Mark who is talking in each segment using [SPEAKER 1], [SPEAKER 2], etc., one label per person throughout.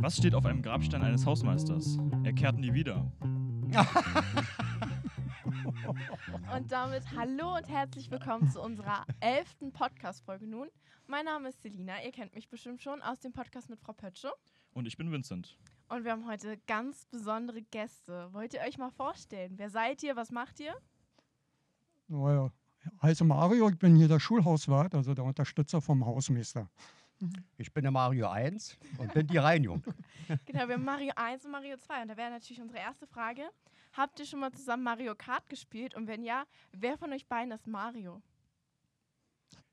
[SPEAKER 1] Was steht auf einem Grabstein eines Hausmeisters? Er kehrt nie wieder.
[SPEAKER 2] Und damit hallo und herzlich willkommen zu unserer elften Podcast-Folge nun. Mein Name ist Selina, ihr kennt mich bestimmt schon aus dem Podcast mit Frau Pötzsche.
[SPEAKER 1] Und ich bin Vincent.
[SPEAKER 2] Und wir haben heute ganz besondere Gäste. Wollt ihr euch mal vorstellen? Wer seid ihr? Was macht ihr?
[SPEAKER 3] Naja, also Mario, ich bin hier der Schulhauswart, also der Unterstützer vom Hausmeister.
[SPEAKER 4] Ich bin der Mario 1 und bin die Reinigung.
[SPEAKER 2] Genau, wir haben Mario 1 und Mario 2. Und da wäre natürlich unsere erste Frage. Habt ihr schon mal zusammen Mario Kart gespielt? Und wenn ja, wer von euch beiden ist Mario?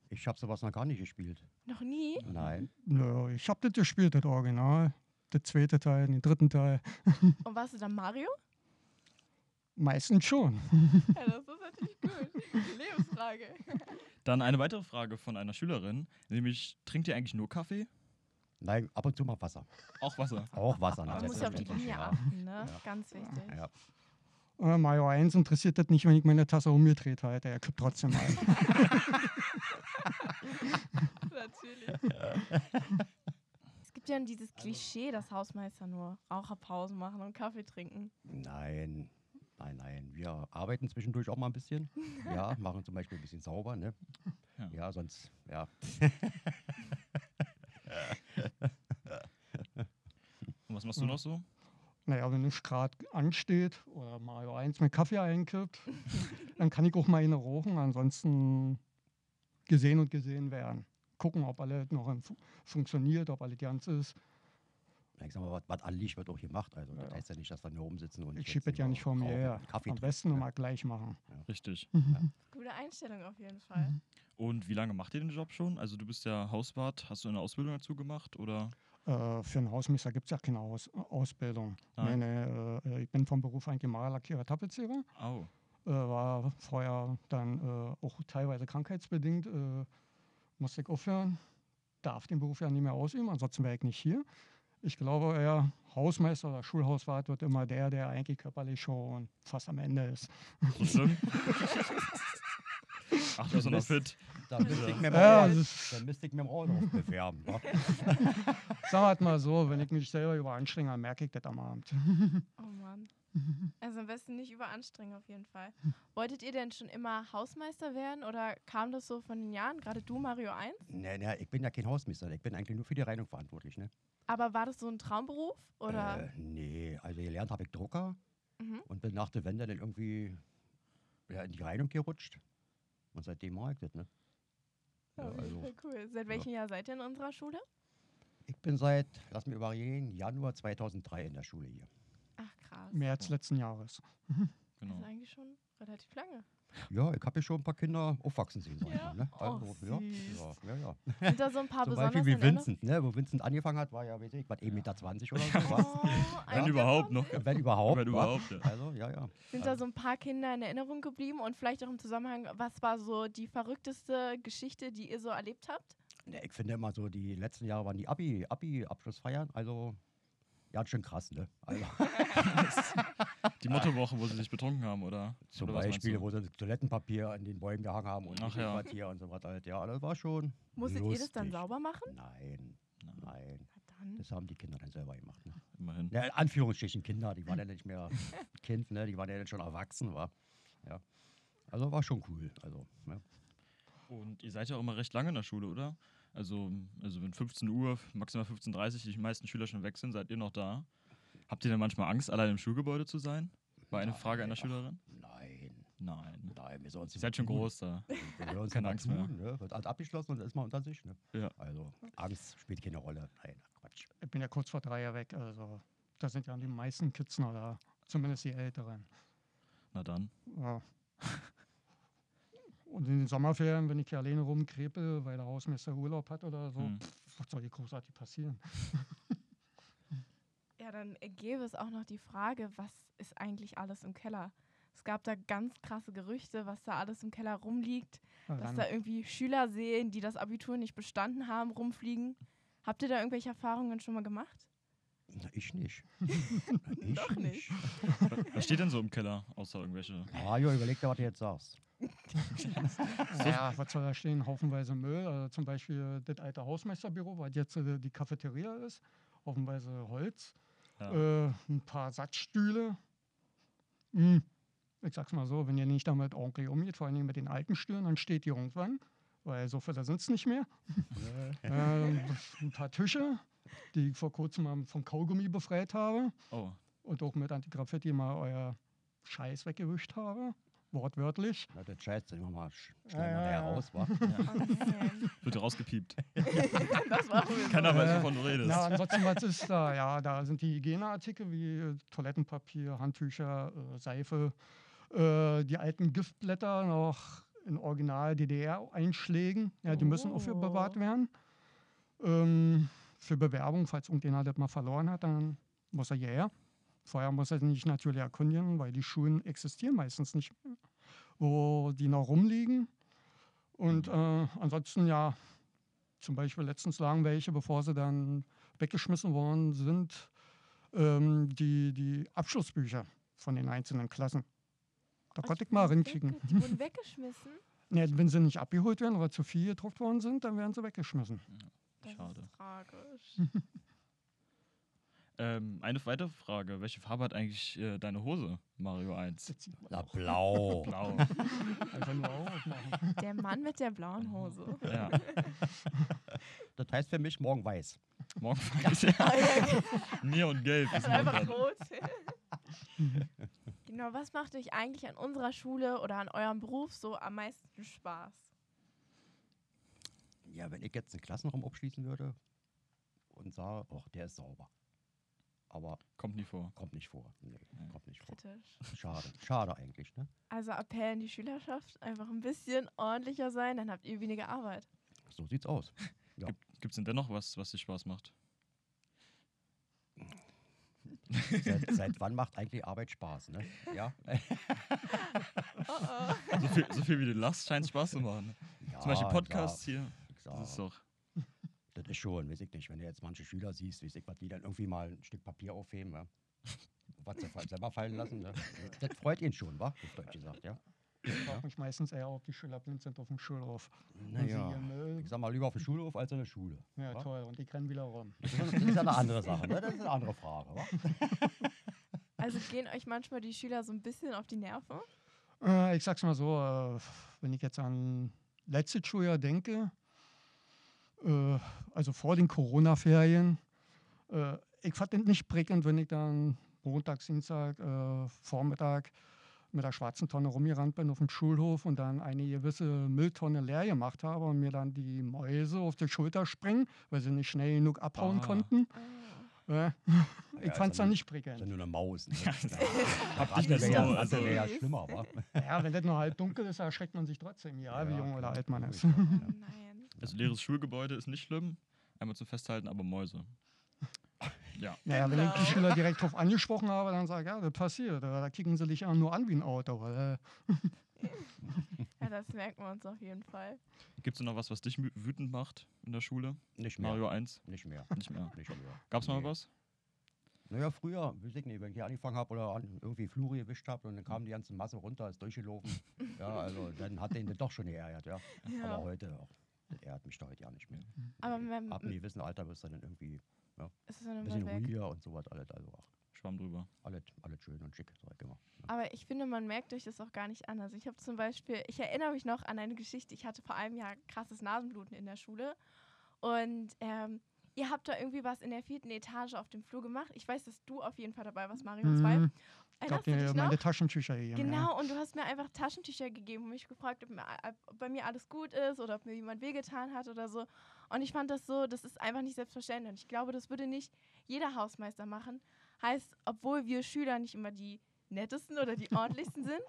[SPEAKER 4] Ich habe sowas noch gar nicht gespielt.
[SPEAKER 2] Noch nie?
[SPEAKER 4] Nein.
[SPEAKER 3] Naja, ich habe das gespielt, das Original, der zweite Teil, den dritten Teil.
[SPEAKER 2] Und warst du dann Mario?
[SPEAKER 3] Meistens schon.
[SPEAKER 2] Ja, das ist natürlich gut. Lebensfrage.
[SPEAKER 1] Dann eine weitere Frage von einer Schülerin, nämlich trinkt ihr eigentlich nur Kaffee?
[SPEAKER 4] Nein, ab und zu mal Wasser.
[SPEAKER 1] Auch Wasser.
[SPEAKER 4] Auch Wasser.
[SPEAKER 2] Man muss ja auf die
[SPEAKER 4] natürlich,
[SPEAKER 2] Linie
[SPEAKER 4] ja.
[SPEAKER 2] achten, ne?
[SPEAKER 4] Ja.
[SPEAKER 2] Ganz wichtig.
[SPEAKER 4] Ja.
[SPEAKER 3] Äh, Mario 1 interessiert das nicht, wenn ich meine Tasse umgedreht halte. Er kippt trotzdem ein.
[SPEAKER 2] Natürlich. es gibt ja dieses
[SPEAKER 4] Also
[SPEAKER 2] Klischee, dass Hausmeister nur Raucherpausen machen und Kaffee trinken.
[SPEAKER 4] Nein, nein, nein. Wir arbeiten zwischendurch auch mal ein bisschen. Ja, machen zum Beispiel ein bisschen sauber. Ne?
[SPEAKER 1] Ja.
[SPEAKER 4] Ja. sonst, ja.
[SPEAKER 1] Und was machst du
[SPEAKER 4] Mhm.
[SPEAKER 1] noch so?
[SPEAKER 3] Naja, wenn es gerade ansteht oder Mario 1 mit Kaffee einkippt, dann kann ich auch mal eine rauchen. Ansonsten gesehen und gesehen werden. Gucken, ob alles noch im Fu- funktioniert, ob alles ganz ist.
[SPEAKER 4] Ich sag mal, was, was anliegt, wird auch gemacht. Also,
[SPEAKER 3] Ja.
[SPEAKER 4] das heißt ja nicht, dass wir nur rumsitzen und.
[SPEAKER 3] Ich
[SPEAKER 4] jetzt
[SPEAKER 3] schiebe das ja
[SPEAKER 4] immer
[SPEAKER 3] nicht vor mir
[SPEAKER 4] rauchen,
[SPEAKER 3] her.
[SPEAKER 4] Kaffee
[SPEAKER 3] Am
[SPEAKER 4] trinken,
[SPEAKER 3] besten
[SPEAKER 4] ne?
[SPEAKER 3] immer gleich machen. Mhm.
[SPEAKER 1] Richtig.
[SPEAKER 2] Gute Einstellung auf jeden Fall.
[SPEAKER 1] Und wie lange macht ihr den Job schon? Also du bist ja Hauswart, hast du eine Ausbildung dazu gemacht oder?
[SPEAKER 3] Äh, für einen Hausmeister gibt es ja keine Aus Ausbildung.
[SPEAKER 1] Nein.
[SPEAKER 3] Nein. äh, ich bin vom Beruf eigentlich Maler, Lackierer, Tapezierer.
[SPEAKER 1] Au.
[SPEAKER 3] Äh, war vorher dann äh, auch teilweise krankheitsbedingt, äh, musste ich aufhören. Darf den Beruf ja nicht mehr ausüben, ansonsten wäre ich nicht hier. Ich glaube, eher Hausmeister oder Schulhauswart wird immer der, der eigentlich körperlich schon fast am Ende ist.
[SPEAKER 1] So schlimm? Ach, du bist doch noch
[SPEAKER 4] Mist.
[SPEAKER 1] fit.
[SPEAKER 4] Dann müsste ich mir mal
[SPEAKER 3] Ja,
[SPEAKER 4] auch-
[SPEAKER 3] das ist-
[SPEAKER 4] dann müsste ich mir im Auto bewerben. wa?
[SPEAKER 3] Sag mal so, wenn ich mich selber überanstrenge, dann merke ich das am Abend.
[SPEAKER 2] Oh Mann. Also am besten nicht überanstrengen auf jeden Fall. Wolltet ihr denn schon immer Hausmeister werden oder kam das so von den Jahren? Gerade du, Mario 1?
[SPEAKER 4] Nee, nee, ich bin ja kein Hausmeister. Ich bin eigentlich nur für die Reinigung verantwortlich. Ne?
[SPEAKER 2] Aber war das so ein Traumberuf? Oder?
[SPEAKER 4] Äh, nee, also gelernt habe ich Drucker
[SPEAKER 2] Mhm.
[SPEAKER 4] und bin nach der Wende dann irgendwie ja, in die Reinigung gerutscht. Und seitdem mag ich das, ne? Ja,
[SPEAKER 2] auf jeden
[SPEAKER 4] also,
[SPEAKER 2] Fall cool. Seit welchem Jahr seid ihr in unserer Schule?
[SPEAKER 4] ich bin seit, lass mich überlegen, Januar 2003 in der Schule hier.
[SPEAKER 2] Ach krass.
[SPEAKER 3] März letzten Jahres.
[SPEAKER 2] Das ist
[SPEAKER 1] Genau.
[SPEAKER 2] eigentlich schon relativ lange.
[SPEAKER 4] Ja, ich habe ja schon ein paar Kinder aufwachsen sehen. sag ich
[SPEAKER 2] Ja.
[SPEAKER 4] mal, Ne?
[SPEAKER 2] Oh,
[SPEAKER 4] ja,
[SPEAKER 2] süß.
[SPEAKER 4] ja, ja, ja.
[SPEAKER 2] Sind da so ein paar
[SPEAKER 4] Zum
[SPEAKER 2] besonders
[SPEAKER 4] Beispiel wie Vincent, ne? wo Vincent angefangen hat, war ja, weiß ich, was, 1,20 Meter oder
[SPEAKER 2] Oh,
[SPEAKER 4] so. wa?
[SPEAKER 1] Wenn überhaupt noch.
[SPEAKER 4] Wenn überhaupt.
[SPEAKER 1] Wenn
[SPEAKER 4] wa?
[SPEAKER 1] überhaupt, ja.
[SPEAKER 4] Also, ja, ja.
[SPEAKER 2] Sind da so ein paar Kinder in Erinnerung geblieben und vielleicht auch im Zusammenhang, was war so die verrückteste Geschichte, die ihr so erlebt habt?
[SPEAKER 4] Ne, ich finde immer so, die letzten Jahre waren die Abi, Abi-Abschlussfeiern, also ja, schon krass, ne? Also,
[SPEAKER 1] Die Mottowoche, wo sie sich betrunken haben, oder?
[SPEAKER 4] zum
[SPEAKER 1] oder was meinst
[SPEAKER 4] Beispiel,
[SPEAKER 1] du?
[SPEAKER 4] wo sie Toilettenpapier an den Bäumen gehangen haben und
[SPEAKER 1] Ach
[SPEAKER 4] ich
[SPEAKER 1] ja.
[SPEAKER 4] was hier und so was halt. Ja, das war schon.
[SPEAKER 2] Musstet ihr das dann
[SPEAKER 4] lustig.
[SPEAKER 2] sauber machen?
[SPEAKER 4] Nein,
[SPEAKER 1] Na,
[SPEAKER 4] nein.
[SPEAKER 2] Na dann.
[SPEAKER 4] Das haben die Kinder dann selber gemacht. Ne?
[SPEAKER 1] immerhin.
[SPEAKER 4] Ja, in Anführungsstrichen Kinder, die waren ja nicht mehr Kind, ne? die waren ja dann schon erwachsen, war. Ja. Also war schon cool. Also, ne?
[SPEAKER 1] Und ihr seid ja auch immer recht lange in der Schule, oder? Also, also wenn 15 Uhr, maximal 15.30 Uhr die meisten Schüler schon weg sind, seid ihr noch da? Habt ihr denn manchmal Angst, allein im Schulgebäude zu sein? War eine
[SPEAKER 4] Nein,
[SPEAKER 1] Frage einer
[SPEAKER 4] ach.
[SPEAKER 1] Schülerin?
[SPEAKER 4] Nein,
[SPEAKER 1] Nein.
[SPEAKER 4] nein, wir sollen uns
[SPEAKER 1] Ihr
[SPEAKER 4] nicht
[SPEAKER 1] seid halt schon
[SPEAKER 4] tun.
[SPEAKER 1] groß da.
[SPEAKER 4] Wir sollen uns
[SPEAKER 1] Keine
[SPEAKER 4] keine
[SPEAKER 1] Angst
[SPEAKER 4] Angst
[SPEAKER 1] mehr.
[SPEAKER 4] tun, ne? Wird alles abgeschlossen und dann ist man unter sich. Ne?
[SPEAKER 1] Ja.
[SPEAKER 4] Also Angst spielt keine Rolle. Nein, ach Quatsch.
[SPEAKER 3] Ich bin ja kurz vor drei Jahren weg, also da sind ja die meisten Kids noch da, zumindest die Älteren.
[SPEAKER 1] Na dann.
[SPEAKER 3] Ja. Und in den Sommerferien, wenn ich hier alleine rumkrepe, weil der Hausmeister Urlaub hat oder so,
[SPEAKER 1] Hm.
[SPEAKER 3] pff, was soll hier großartig passieren?
[SPEAKER 2] Ja, dann gäbe es auch noch die Frage, was ist eigentlich alles im Keller? Es gab da ganz krasse Gerüchte, was da alles im Keller rumliegt,
[SPEAKER 3] Na
[SPEAKER 2] dass
[SPEAKER 3] dann,
[SPEAKER 2] da irgendwie Schüler sehen, die das Abitur nicht bestanden haben, rumfliegen. Habt ihr da irgendwelche Erfahrungen schon mal gemacht?
[SPEAKER 4] Na, ich nicht. Na, ich
[SPEAKER 2] Doch nicht.
[SPEAKER 1] Was steht denn so im Keller, außer irgendwelche?
[SPEAKER 4] Mario, überleg dir, was du jetzt sagst.
[SPEAKER 3] ja, was soll da stehen? Haufenweise Müll. Also zum Beispiel das alte Hausmeisterbüro, weil jetzt äh, die äh, Cafeteria ist. haufenweise Holz,
[SPEAKER 1] Ja.
[SPEAKER 3] äh, ein paar Satzstühle. Hm, Ich sag's mal so, wenn ihr nicht damit ordentlich umgeht, vor allen Dingen mit den alten Stühlen, dann steht ihr irgendwann, weil so viele sind's nicht mehr. Äh, ein paar Tische, die ich vor kurzem mal vom Kaugummi befreit habe
[SPEAKER 1] Oh,
[SPEAKER 3] und auch mit Antigraffiti mal euer Scheiß weggewischt habe. Wortwörtlich.
[SPEAKER 4] Na, der Scheiß, den machen wir mal sch- schnell
[SPEAKER 3] Ja,
[SPEAKER 4] mal
[SPEAKER 3] ja, ja.
[SPEAKER 4] heraus, wa?
[SPEAKER 1] ja.
[SPEAKER 2] Oh, man.
[SPEAKER 1] Wird rausgepiept.
[SPEAKER 2] das war wohl
[SPEAKER 1] Keiner
[SPEAKER 3] Äh,
[SPEAKER 1] weiß, wovon du redest.
[SPEAKER 3] Na, ansonsten, was ist da? Ja, da sind die Hygieneartikel wie äh, Toilettenpapier, Handtücher, äh, Seife, äh, die alten Giftblätter noch in Original DDR-Einschlägen. Ja, die müssen
[SPEAKER 2] Oh.
[SPEAKER 3] aufbewahrt werden. Ähm, für Bewerbung, falls irgendjemand das mal verloren hat, dann muss er hierher. Vorher muss er sich natürlich erkundigen, weil die Schulen existieren meistens nicht, mehr, wo die noch rumliegen. Und äh, ansonsten ja, zum Beispiel letztens lagen welche, bevor sie dann weggeschmissen worden sind, ähm, die, die Abschlussbücher von den einzelnen Klassen. Da konnte ich mal rinkicken.
[SPEAKER 2] Die wurden weggeschmissen.
[SPEAKER 3] Nee, wenn sie nicht abgeholt werden oder zu viel gedruckt worden sind, dann werden sie weggeschmissen.
[SPEAKER 2] Das
[SPEAKER 1] Schade.
[SPEAKER 2] ist tragisch.
[SPEAKER 1] Ähm, eine weitere Frage. Welche Farbe hat eigentlich äh, deine Hose, Mario 1?
[SPEAKER 3] Das sieht man
[SPEAKER 4] Na, blau.
[SPEAKER 1] Blau.
[SPEAKER 3] einfach nur aufmachen.
[SPEAKER 2] Der Mann mit der blauen Hose.
[SPEAKER 1] ja.
[SPEAKER 4] Das heißt für mich morgen weiß.
[SPEAKER 1] Morgen weiß ja.
[SPEAKER 2] Also
[SPEAKER 1] Mir und Gelb. Ist
[SPEAKER 2] einfach
[SPEAKER 1] Montag.
[SPEAKER 2] rot. genau, was macht euch eigentlich an unserer Schule oder an eurem Beruf so am meisten Spaß?
[SPEAKER 4] Ja, wenn ich jetzt einen Klassenraum abschließen würde und sah, ach, der ist sauber. Aber
[SPEAKER 1] Kommt nie vor.
[SPEAKER 4] kommt nicht vor. Nee,
[SPEAKER 1] Nee.
[SPEAKER 4] kommt nicht vor.
[SPEAKER 2] Kritisch.
[SPEAKER 4] Schade. Schade eigentlich, ne?
[SPEAKER 2] Also Appell an die Schülerschaft, einfach ein bisschen ordentlicher sein, dann habt ihr weniger Arbeit.
[SPEAKER 4] So sieht's aus.
[SPEAKER 1] Gibt es denn dennoch was, was dir Spaß macht?
[SPEAKER 4] Seit, seit wann macht eigentlich Arbeit Spaß, ne? Ja.
[SPEAKER 2] Oh oh.
[SPEAKER 1] So viel, so viel wie du lachst, scheint Spaß zu machen.
[SPEAKER 4] ja
[SPEAKER 1] Zum Beispiel Podcasts hier.
[SPEAKER 4] Ja,
[SPEAKER 1] Das ist
[SPEAKER 4] ja,
[SPEAKER 1] doch.
[SPEAKER 4] das ist schon, weiß ich nicht. Wenn du jetzt manche Schüler siehst, weiß ich, was die dann irgendwie mal ein Stück Papier aufheben, ja. Was sie fall- selber fallen lassen, ne? Das freut ihn schon, wa? Auf Deutsch gesagt, ja.
[SPEAKER 3] Ich frage mich meistens eher, ob die Schüler blind sind auf dem Schulhof. Wenn sie ihren
[SPEAKER 4] Naja.
[SPEAKER 3] Müll-
[SPEAKER 4] Ich sag mal, lieber auf dem Schulhof als in der Schule.
[SPEAKER 3] Ja,
[SPEAKER 4] wa?
[SPEAKER 3] toll. Und die rennen wieder rum.
[SPEAKER 4] Das ist das ist ja eine andere Sache, ne? Das ist eine andere Frage, wa?
[SPEAKER 2] Also gehen euch manchmal die Schüler so ein bisschen auf die Nerven?
[SPEAKER 3] Äh, ich sag's mal so, äh, wenn ich jetzt an letztes Schuljahr denke, äh, also vor den Corona-Ferien, äh, ich fand das nicht prickelnd, wenn ich dann montags, Dienstag, äh, Vormittag mit der schwarzen Tonne rumgerannt bin auf dem Schulhof und dann eine gewisse Mülltonne leer gemacht habe und mir dann die Mäuse auf die Schulter springen, weil sie nicht schnell genug abhauen
[SPEAKER 1] Ah.
[SPEAKER 3] konnten. Äh, ich
[SPEAKER 4] Ja, ist
[SPEAKER 3] fand's
[SPEAKER 4] ja
[SPEAKER 3] dann
[SPEAKER 4] nie-
[SPEAKER 3] nicht
[SPEAKER 4] Ist ja
[SPEAKER 3] prickelnd.
[SPEAKER 4] nur eine Maus. Ne? Ja,
[SPEAKER 1] Hab dich
[SPEAKER 4] Ratte
[SPEAKER 1] nicht
[SPEAKER 4] wäre
[SPEAKER 1] so.
[SPEAKER 4] ja,
[SPEAKER 1] Also,
[SPEAKER 4] Ratte wär ja
[SPEAKER 2] Süß.
[SPEAKER 4] schlimmer, wa?
[SPEAKER 3] Ja, wenn das noch halb dunkel ist, erschreckt man sich trotzdem, ja, wie jung oder
[SPEAKER 4] klar,
[SPEAKER 3] alt man ist.
[SPEAKER 4] logisch, ja.
[SPEAKER 2] Oh nein.
[SPEAKER 1] das Also leeres Schulgebäude ist nicht schlimm. Einmal zum Festhalten, aber Mäuse. Ja.
[SPEAKER 3] Naja, wenn ich
[SPEAKER 2] Genau.
[SPEAKER 3] die Schüler direkt drauf angesprochen habe, dann sage ich, ja, das passiert. Da, da kicken sie dich an, nur an wie ein Auto. Äh,
[SPEAKER 2] Ja, das merken wir uns auf jeden Fall.
[SPEAKER 1] Gibt es noch was, was dich mü- wütend macht in der Schule?
[SPEAKER 4] Nicht mehr.
[SPEAKER 1] Mario 1?
[SPEAKER 4] Nicht mehr.
[SPEAKER 1] Nicht mehr.
[SPEAKER 4] Nicht mehr.
[SPEAKER 1] Gab es mal
[SPEAKER 4] Nee.
[SPEAKER 1] was?
[SPEAKER 4] Naja, früher, weiß ich nicht, wenn ich hier angefangen habe oder an, irgendwie Fluri gewischt habe und dann kam die ganze Masse runter, ist durchgelaufen. ja, also dann hat den das doch schon geärgert, ja.
[SPEAKER 2] Ja.
[SPEAKER 4] Aber heute auch. Das ärgert mich doch heute ja nicht mehr.
[SPEAKER 2] Aber wenn,
[SPEAKER 4] Ab einem gewissen Alter wirst du dann irgendwie
[SPEAKER 2] ist es dann
[SPEAKER 4] ein
[SPEAKER 2] immer
[SPEAKER 4] bisschen
[SPEAKER 2] weg.
[SPEAKER 4] ruhiger und sowas alles. Also auch
[SPEAKER 1] Schwamm drüber.
[SPEAKER 4] alles, alles schön und schick, sag ich immer.
[SPEAKER 2] Aber ich finde, man merkt euch das auch gar nicht an. Also ich habe zum Beispiel, ich erinnere mich noch an eine Geschichte, ich hatte vor einem Jahr krasses Nasenbluten in der Schule. Und ähm, ihr habt da irgendwie was in der vierten Etage auf dem Flur gemacht. Ich weiß, dass du auf jeden Fall dabei warst, Mario 2.
[SPEAKER 3] mh, hm, ich hab
[SPEAKER 2] Erinnerst du
[SPEAKER 3] dir
[SPEAKER 2] dich noch?
[SPEAKER 3] meine Taschentücher gegeben.
[SPEAKER 2] Genau, und du hast mir einfach Taschentücher gegeben und mich gefragt, ob, mir, ob bei mir alles gut ist oder ob mir jemand wehgetan hat oder so. Und ich fand das so, das ist einfach nicht selbstverständlich. Und ich glaube, das würde nicht jeder Hausmeister machen. Heißt, obwohl wir Schüler nicht immer die nettesten oder die ordentlichsten sind,